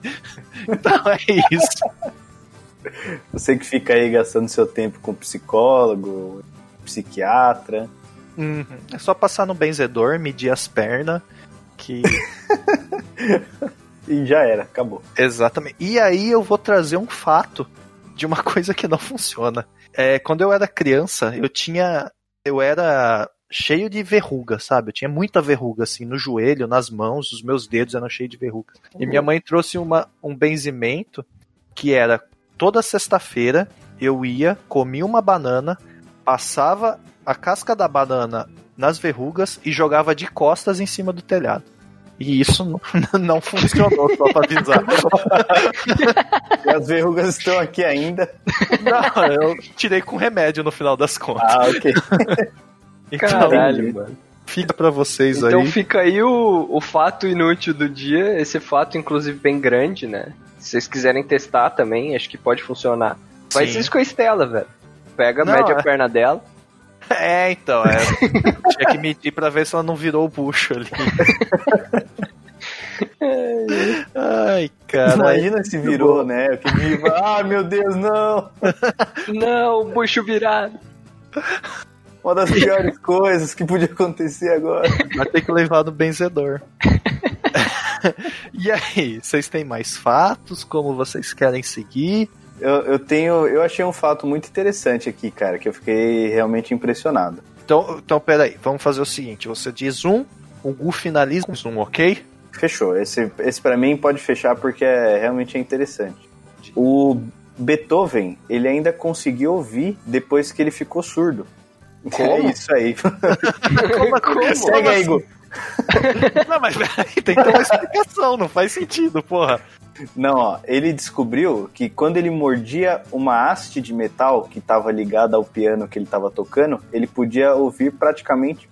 Speaker 1: Então é isso.
Speaker 3: Você que fica aí gastando seu tempo com psicólogo, psiquiatra.
Speaker 1: Uhum. É só passar no benzedor, medir as pernas. Que.
Speaker 3: E já era, acabou.
Speaker 1: Exatamente. E aí eu vou trazer um fato de uma [laughs] coisa que não funciona. É, quando eu era criança, eu tinha. Eu era cheio de verruga, sabe? Eu tinha muita verruga, assim, no joelho, nas mãos, os meus dedos eram cheios de verruga. E minha mãe trouxe uma, um benzimento que era toda sexta-feira eu ia, comia uma banana, passava a casca da banana nas verrugas e jogava de costas em cima do telhado. E isso [laughs] não, não funcionou, só pra avisar.
Speaker 3: E as verrugas estão aqui ainda.
Speaker 1: Não, eu tirei com remédio no final das contas.
Speaker 3: Ah, ok.
Speaker 1: Então,
Speaker 2: Caralho,
Speaker 3: entendi.
Speaker 2: mano.
Speaker 1: fica pra vocês
Speaker 2: Então
Speaker 1: aí.
Speaker 2: fica aí o, o fato inútil do dia, esse fato, inclusive, bem grande, né? Se vocês quiserem testar também, acho que pode funcionar. Faz
Speaker 1: Sim.
Speaker 2: isso com a Estela, velho. Pega,
Speaker 1: Não,
Speaker 2: mede
Speaker 1: é.
Speaker 2: a perna dela.
Speaker 1: É, então, é. Tinha que medir pra ver se ela não virou o bucho ali. Ai, cara.
Speaker 3: Imagina se virou, né? Que viva. Ah, meu Deus, não!
Speaker 2: Não,
Speaker 1: [laughs]
Speaker 2: bucho virado.
Speaker 3: Uma das piores coisas que podia acontecer agora.
Speaker 1: Vai ter que levar no benzedor. e aí, vocês têm mais fatos? Como vocês querem seguir?
Speaker 3: Eu, eu tenho. Eu achei um fato muito interessante aqui, cara, que eu fiquei realmente impressionado.
Speaker 1: Então, então peraí, vamos fazer o seguinte: você diz um, o Gu finaliza com um, ok?
Speaker 3: Fechou. Esse, esse para mim pode fechar porque é, realmente é interessante. O Beethoven, ele ainda conseguiu ouvir depois que ele ficou surdo. É
Speaker 2: Como?
Speaker 3: isso aí.
Speaker 2: Como?
Speaker 3: [laughs] Segue aí, Gu.
Speaker 1: Não, mas peraí, tem que ter uma explicação, não faz sentido, porra.
Speaker 3: Não, ó, ele descobriu que quando ele mordia uma haste de metal que estava ligada ao piano que ele estava tocando, ele podia ouvir praticamente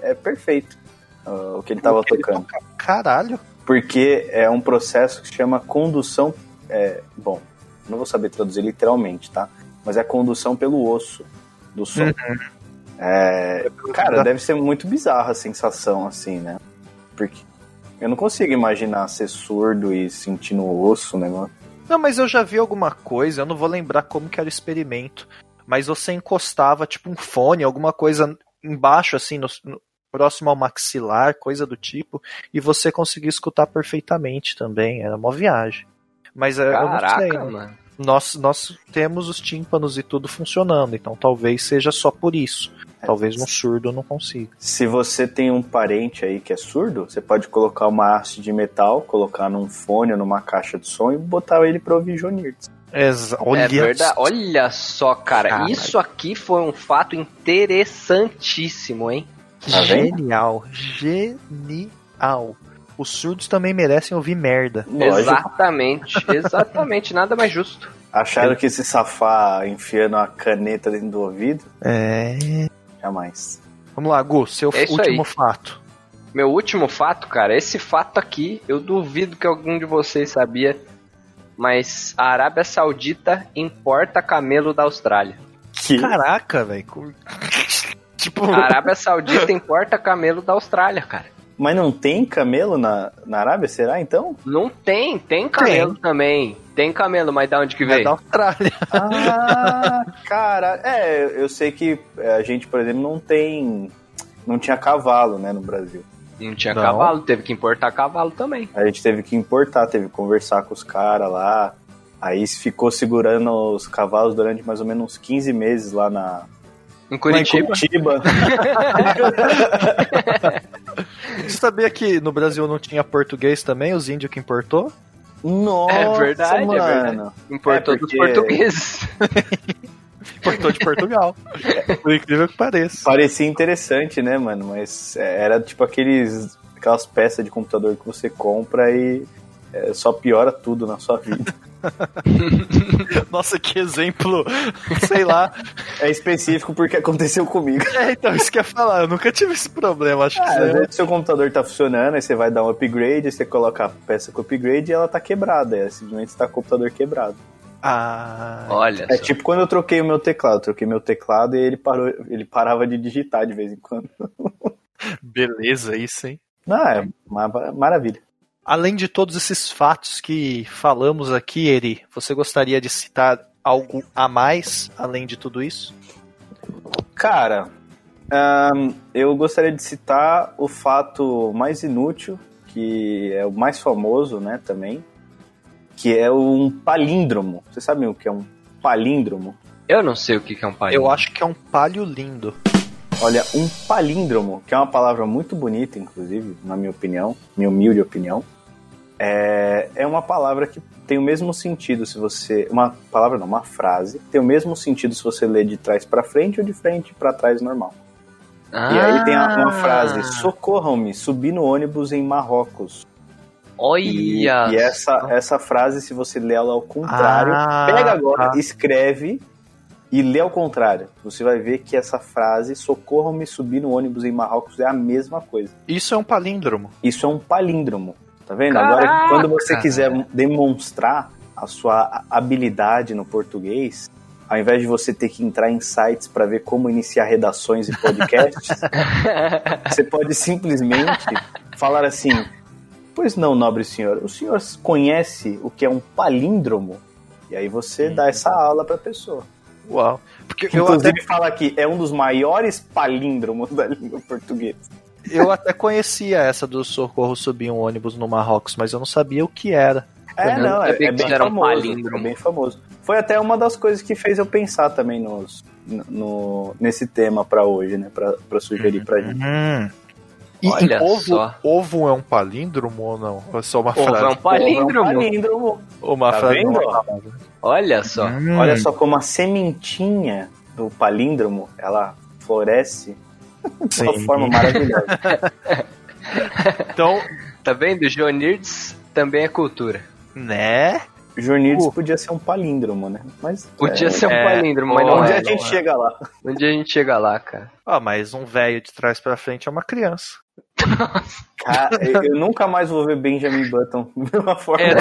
Speaker 3: é, perfeito ah, o que ele estava
Speaker 1: que ele
Speaker 3: tocando.
Speaker 1: Caralho.
Speaker 3: Porque é um processo que chama condução. é, bom, não vou saber traduzir literalmente, tá? Mas é a condução pelo osso do som.
Speaker 1: Uhum.
Speaker 3: É, cara, deve ser muito bizarra a sensação, assim, né? Porque eu não consigo imaginar ser surdo e sentir no osso né? o negócio.
Speaker 1: Não, mas eu já vi alguma coisa, eu não vou lembrar como que era o experimento. Mas você encostava, tipo, um fone, alguma coisa embaixo, assim, no, no- próximo ao maxilar, coisa do tipo, e você conseguia escutar perfeitamente também. Era uma viagem. Mas é, eu não sei. né?
Speaker 2: Caraca, mano.
Speaker 1: Nós, nós temos os tímpanos e tudo funcionando, então talvez seja só por isso.
Speaker 2: É.
Speaker 1: Talvez um surdo não consiga.
Speaker 3: É, Se você tem um parente aí que é surdo, você pode colocar uma haste de metal, colocar num fone ou numa caixa de som e botar ele pra ouvir Jonirds.
Speaker 1: Exa olha,
Speaker 2: é verdade. Olha só, cara.
Speaker 1: Caralho.
Speaker 2: Isso aqui foi um fato interessantíssimo, hein?
Speaker 3: Tá vendo?
Speaker 1: Genial, genial. Os surdos também merecem ouvir merda.
Speaker 3: Lógico.
Speaker 2: Exatamente, exatamente. Nada mais justo.
Speaker 3: Acharam que esse safá enfiando a caneta dentro do ouvido?
Speaker 1: É.
Speaker 3: Jamais.
Speaker 1: Vamos lá, Gu, seu
Speaker 2: É isso
Speaker 1: último
Speaker 2: aí.
Speaker 1: fato.
Speaker 2: Meu último fato, cara, esse fato aqui, eu duvido que algum de vocês sabia, mas a Arábia Saudita importa camelo da Austrália.
Speaker 3: Que?
Speaker 1: Caraca, velho. cu- [laughs] tipo,
Speaker 3: [laughs]
Speaker 2: A Arábia Saudita importa camelo da Austrália, cara.
Speaker 3: Mas não tem camelo na, na Arábia,
Speaker 2: [laughs]
Speaker 3: será então?
Speaker 2: Não tem, tem camelo também. Tem camelo, mas da onde que
Speaker 1: é
Speaker 2: vem?
Speaker 1: da Austrália.
Speaker 3: Ah, cara. É, eu sei que é, a gente, por exemplo, não tem. Não tinha cavalo, né, no Brasil.
Speaker 2: Não tinha
Speaker 1: Não.
Speaker 2: cavalo, teve que importar cavalo também.
Speaker 3: A gente teve que importar, teve que conversar com os caras lá. Aí ficou segurando os cavalos durante mais ou menos uns 15 meses lá na
Speaker 2: Em
Speaker 3: lá em
Speaker 2: Curitiba, [laughs] É
Speaker 3: Curitiba.
Speaker 1: Você sabia que no Brasil não tinha português também, os índios que importou?
Speaker 3: Nossa,
Speaker 2: É verdade, é
Speaker 3: mano.
Speaker 2: verdade. importou
Speaker 3: É,
Speaker 2: dos
Speaker 3: porque- [laughs]
Speaker 2: portugueses.
Speaker 1: Importou de
Speaker 2: [laughs]
Speaker 1: Portugal. Por incrível que pareça.
Speaker 3: Parecia interessante, né, mano? Mas é, era tipo aqueles aquelas peças de computador que você compra e é, só piora tudo na sua vida.
Speaker 1: Nossa, que exemplo, [laughs] sei lá.
Speaker 3: [laughs] É específico porque aconteceu comigo.
Speaker 1: É, então, isso que eu ia falar, eu nunca tive esse problema, acho que
Speaker 3: Ah,
Speaker 1: você-
Speaker 3: às vezes seu computador tá funcionando, aí você vai dar um upgrade, aí você coloca a peça com upgrade e ela tá quebrada. É, simplesmente está com o computador quebrado.
Speaker 1: Ah,
Speaker 2: Olha
Speaker 3: É
Speaker 2: só.
Speaker 3: tipo quando eu troquei o meu teclado. Eu troquei meu teclado e ele, parou, ele parava de digitar de vez em quando.
Speaker 1: beleza isso, hein?
Speaker 3: Ah, é uma ma- maravilha.
Speaker 1: Além de todos esses fatos que falamos aqui, Eri, você gostaria de citar algo a mais além de tudo isso?
Speaker 3: Cara, ahn, eu gostaria de citar o fato mais inútil, que é o mais famoso, né, também, que é um palíndromo. Vocês sabem o que é um palíndromo?
Speaker 2: Eu não sei o que que é um pai.
Speaker 1: Eu acho que é um palho lindo.
Speaker 3: Olha, um palíndromo, que é uma palavra muito bonita, inclusive, na minha opinião, minha humilde opinião, é, é uma palavra que tem o mesmo sentido se você. Uma palavra não, uma frase, tem o mesmo sentido se você ler de trás pra frente ou de frente pra trás normal. E aí tem a-
Speaker 2: Ah,
Speaker 1: Ah!
Speaker 3: uma frase: socorram-me, subi no ônibus em Marrocos. E, é
Speaker 2: Olha.
Speaker 3: e essa, essa frase, se você lê ela ao contrário,
Speaker 1: Ah,
Speaker 3: pega agora,
Speaker 1: tá.
Speaker 3: escreve e lê ao contrário. Você vai ver que essa frase, socorram-me subir no ônibus em Marrocos, é a mesma coisa.
Speaker 1: Isso é um palíndromo.
Speaker 3: Isso é um palíndromo, tá vendo?
Speaker 2: Caraca!
Speaker 3: Agora, quando você quiser demonstrar a sua habilidade no português, ao invés de você ter que entrar em sites para ver como iniciar redações e podcasts, você pode simplesmente falar assim: Pois não, nobre senhor, o senhor conhece o que é um palíndromo? E aí você
Speaker 1: Hum.
Speaker 3: dá essa aula para a pessoa.
Speaker 1: Uau. Porque eu até,
Speaker 3: Inclusive, fala que é um dos maiores palíndromos da língua portuguesa.
Speaker 1: eu até conhecia essa do socorro subir um ônibus no Marrocos, mas eu não sabia o que era.
Speaker 3: É,
Speaker 2: Eu não
Speaker 3: não, é,
Speaker 2: sabia
Speaker 3: é
Speaker 2: que
Speaker 3: bem
Speaker 2: isso era um
Speaker 3: famoso.
Speaker 2: palíndromo.
Speaker 3: É bem famoso. Foi até uma das coisas que fez eu pensar também nos, no, nesse tema para hoje, né? Pra, pra sugerir pra
Speaker 2: Uhum.
Speaker 3: gente.
Speaker 1: Hum. E,
Speaker 2: Olha
Speaker 1: e ovo,
Speaker 2: só.
Speaker 1: ovo é um palíndromo ou não? Ou é só uma
Speaker 2: Ovo
Speaker 1: frase?
Speaker 2: é um palíndromo.
Speaker 3: É um palíndromo.
Speaker 1: Uma
Speaker 3: Tá
Speaker 1: frase
Speaker 3: vendo?
Speaker 1: não é uma palavra.
Speaker 2: Olha só.
Speaker 1: Hum.
Speaker 3: Olha só como a sementinha do palíndromo, ela floresce [laughs] de uma
Speaker 1: Sim.
Speaker 3: forma
Speaker 2: [laughs]
Speaker 3: maravilhosa.
Speaker 1: Então,
Speaker 2: Tá vendo? Jonirds também é cultura.
Speaker 1: né?
Speaker 3: Jornides
Speaker 1: Uh.
Speaker 3: podia ser um palíndromo, né? Mas
Speaker 2: Podia
Speaker 3: é,
Speaker 2: ser um
Speaker 1: é.
Speaker 2: palíndromo, mas não
Speaker 3: onde
Speaker 2: é.
Speaker 3: a gente
Speaker 2: não é. [laughs]
Speaker 3: chega lá?
Speaker 2: Um dia a gente chega lá, cara.
Speaker 1: Ah, mas um velho de trás pra frente é uma criança.
Speaker 3: Cara, eu, eu nunca mais vou ver Benjamin Button [laughs] de uma forma.
Speaker 2: É,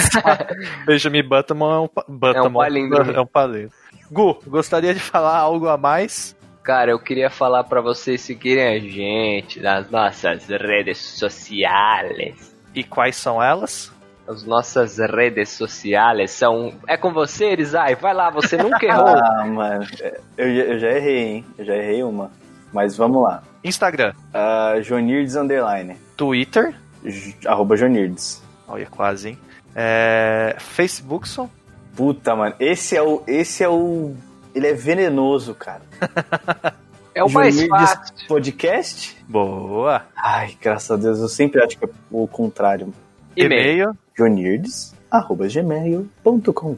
Speaker 1: Benjamin Butterman é um, pa- Butterman.
Speaker 2: palíndromo.
Speaker 1: É um palíndromo. Gu, gostaria de falar algo a mais?
Speaker 2: Cara, eu queria falar pra vocês seguirem a gente nas nossas redes sociais.
Speaker 1: E quais são elas?
Speaker 2: As nossas redes sociais são. É com você, Erizai? Vai lá, você nunca errou.
Speaker 3: [laughs] Ah, mano. é, Eu, já- eu já errei, hein? Eu já errei uma. Mas vamos lá.
Speaker 1: Instagram,
Speaker 3: Ah, Jonirdes Underline.
Speaker 1: Twitter.
Speaker 3: J- Arroba Jonirdes.
Speaker 1: Olha, quase, hein? É, Facebook são.
Speaker 3: Puta, mano. Esse é o. Esse é o. Ele é venenoso, cara.
Speaker 2: É o mais
Speaker 3: Jonirdes
Speaker 2: fácil.
Speaker 3: Podcast?
Speaker 1: Boa.
Speaker 3: Ai, graças a Deus, eu sempre acho que é o contrário.
Speaker 2: E-mail.
Speaker 1: E-mail.
Speaker 3: Jonirdes, arroba gmail.com.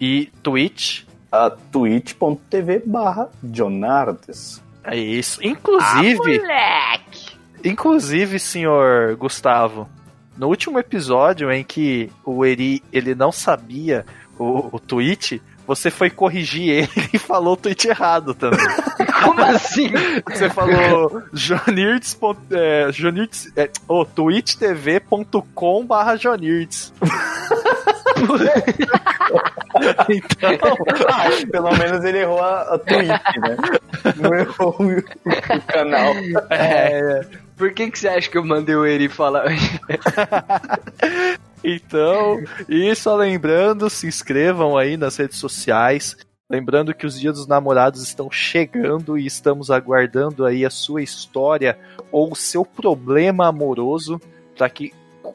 Speaker 1: E Twitch.
Speaker 3: Ah, twitch.tv barra [laughs] Jonardes.
Speaker 1: É isso. Inclusive,
Speaker 2: Ah, Moleque!
Speaker 1: inclusive, senhor Gustavo, no último episódio em que o Eri ele não sabia o, o tweet, você foi corrigir ele [laughs] e falou o tweet errado também.
Speaker 2: Como assim?
Speaker 1: Você falou Jonirds. É, Jonirds é, oh, twitchtv.com barra Jonirds. então,
Speaker 3: Ah, pelo menos ele errou a, a Twitch, né? [laughs] Não errou o, o canal.
Speaker 1: É,
Speaker 2: Por que, que você acha que eu mandei o Eri falar?
Speaker 1: então, e só lembrando, se inscrevam aí nas redes sociais. Lembrando que os dias dos namorados estão chegando e estamos aguardando aí a sua história ou o seu problema amoroso para que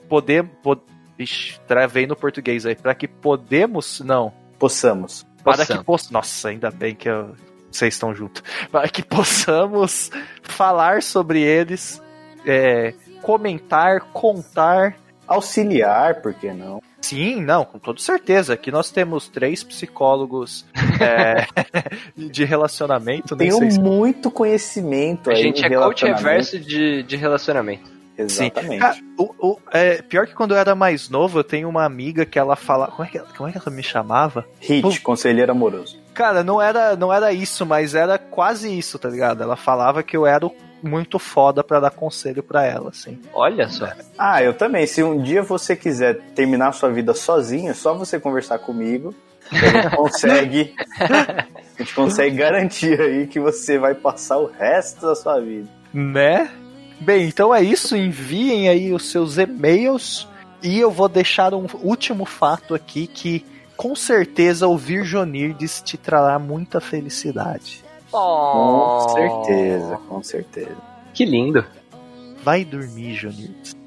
Speaker 1: poder, pod... Ixi, travei no português aí, para que podemos, não,
Speaker 3: Possamos.
Speaker 1: Para
Speaker 2: Possamos.
Speaker 1: que possamos. Nossa, ainda bem que eu- vocês estão juntos. Para que possamos falar sobre eles, é, comentar, contar.
Speaker 3: Auxiliar, por que não?
Speaker 1: Sim, não, com toda certeza. Aqui nós temos três psicólogos é, [laughs] de relacionamento. nem
Speaker 3: Tenho
Speaker 1: sei se-
Speaker 3: muito conhecimento
Speaker 2: A
Speaker 3: aí
Speaker 2: gente
Speaker 3: em
Speaker 2: é coach
Speaker 3: relacionamento.
Speaker 2: reverso de, de relacionamento.
Speaker 3: Exatamente.
Speaker 1: Ah, o, o- é, pior que quando eu era mais novo, eu tenho uma amiga que ela fala. Como é que, ela- como é que ela me chamava?
Speaker 3: Hit, conselheiro amoroso.
Speaker 1: Cara, não era, não era isso, mas era quase isso, tá ligado? Ela falava que eu era o- muito foda pra dar conselho pra ela, assim.
Speaker 2: Olha só.
Speaker 3: Ah, eu também. Se um dia você quiser terminar sua vida sozinho, é só você conversar comigo. A [laughs] gente consegue. A gente consegue garantir aí que você vai passar o resto da sua vida.
Speaker 1: Né? Bem, então é isso. Enviem aí os seus e-mails. E eu vou deixar um último fato aqui que com certeza ouvir Jonirdes te trará muita felicidade.
Speaker 3: Com
Speaker 2: Oh.
Speaker 3: certeza, com certeza.
Speaker 2: Que lindo.
Speaker 1: Vai dormir, Jonirdes.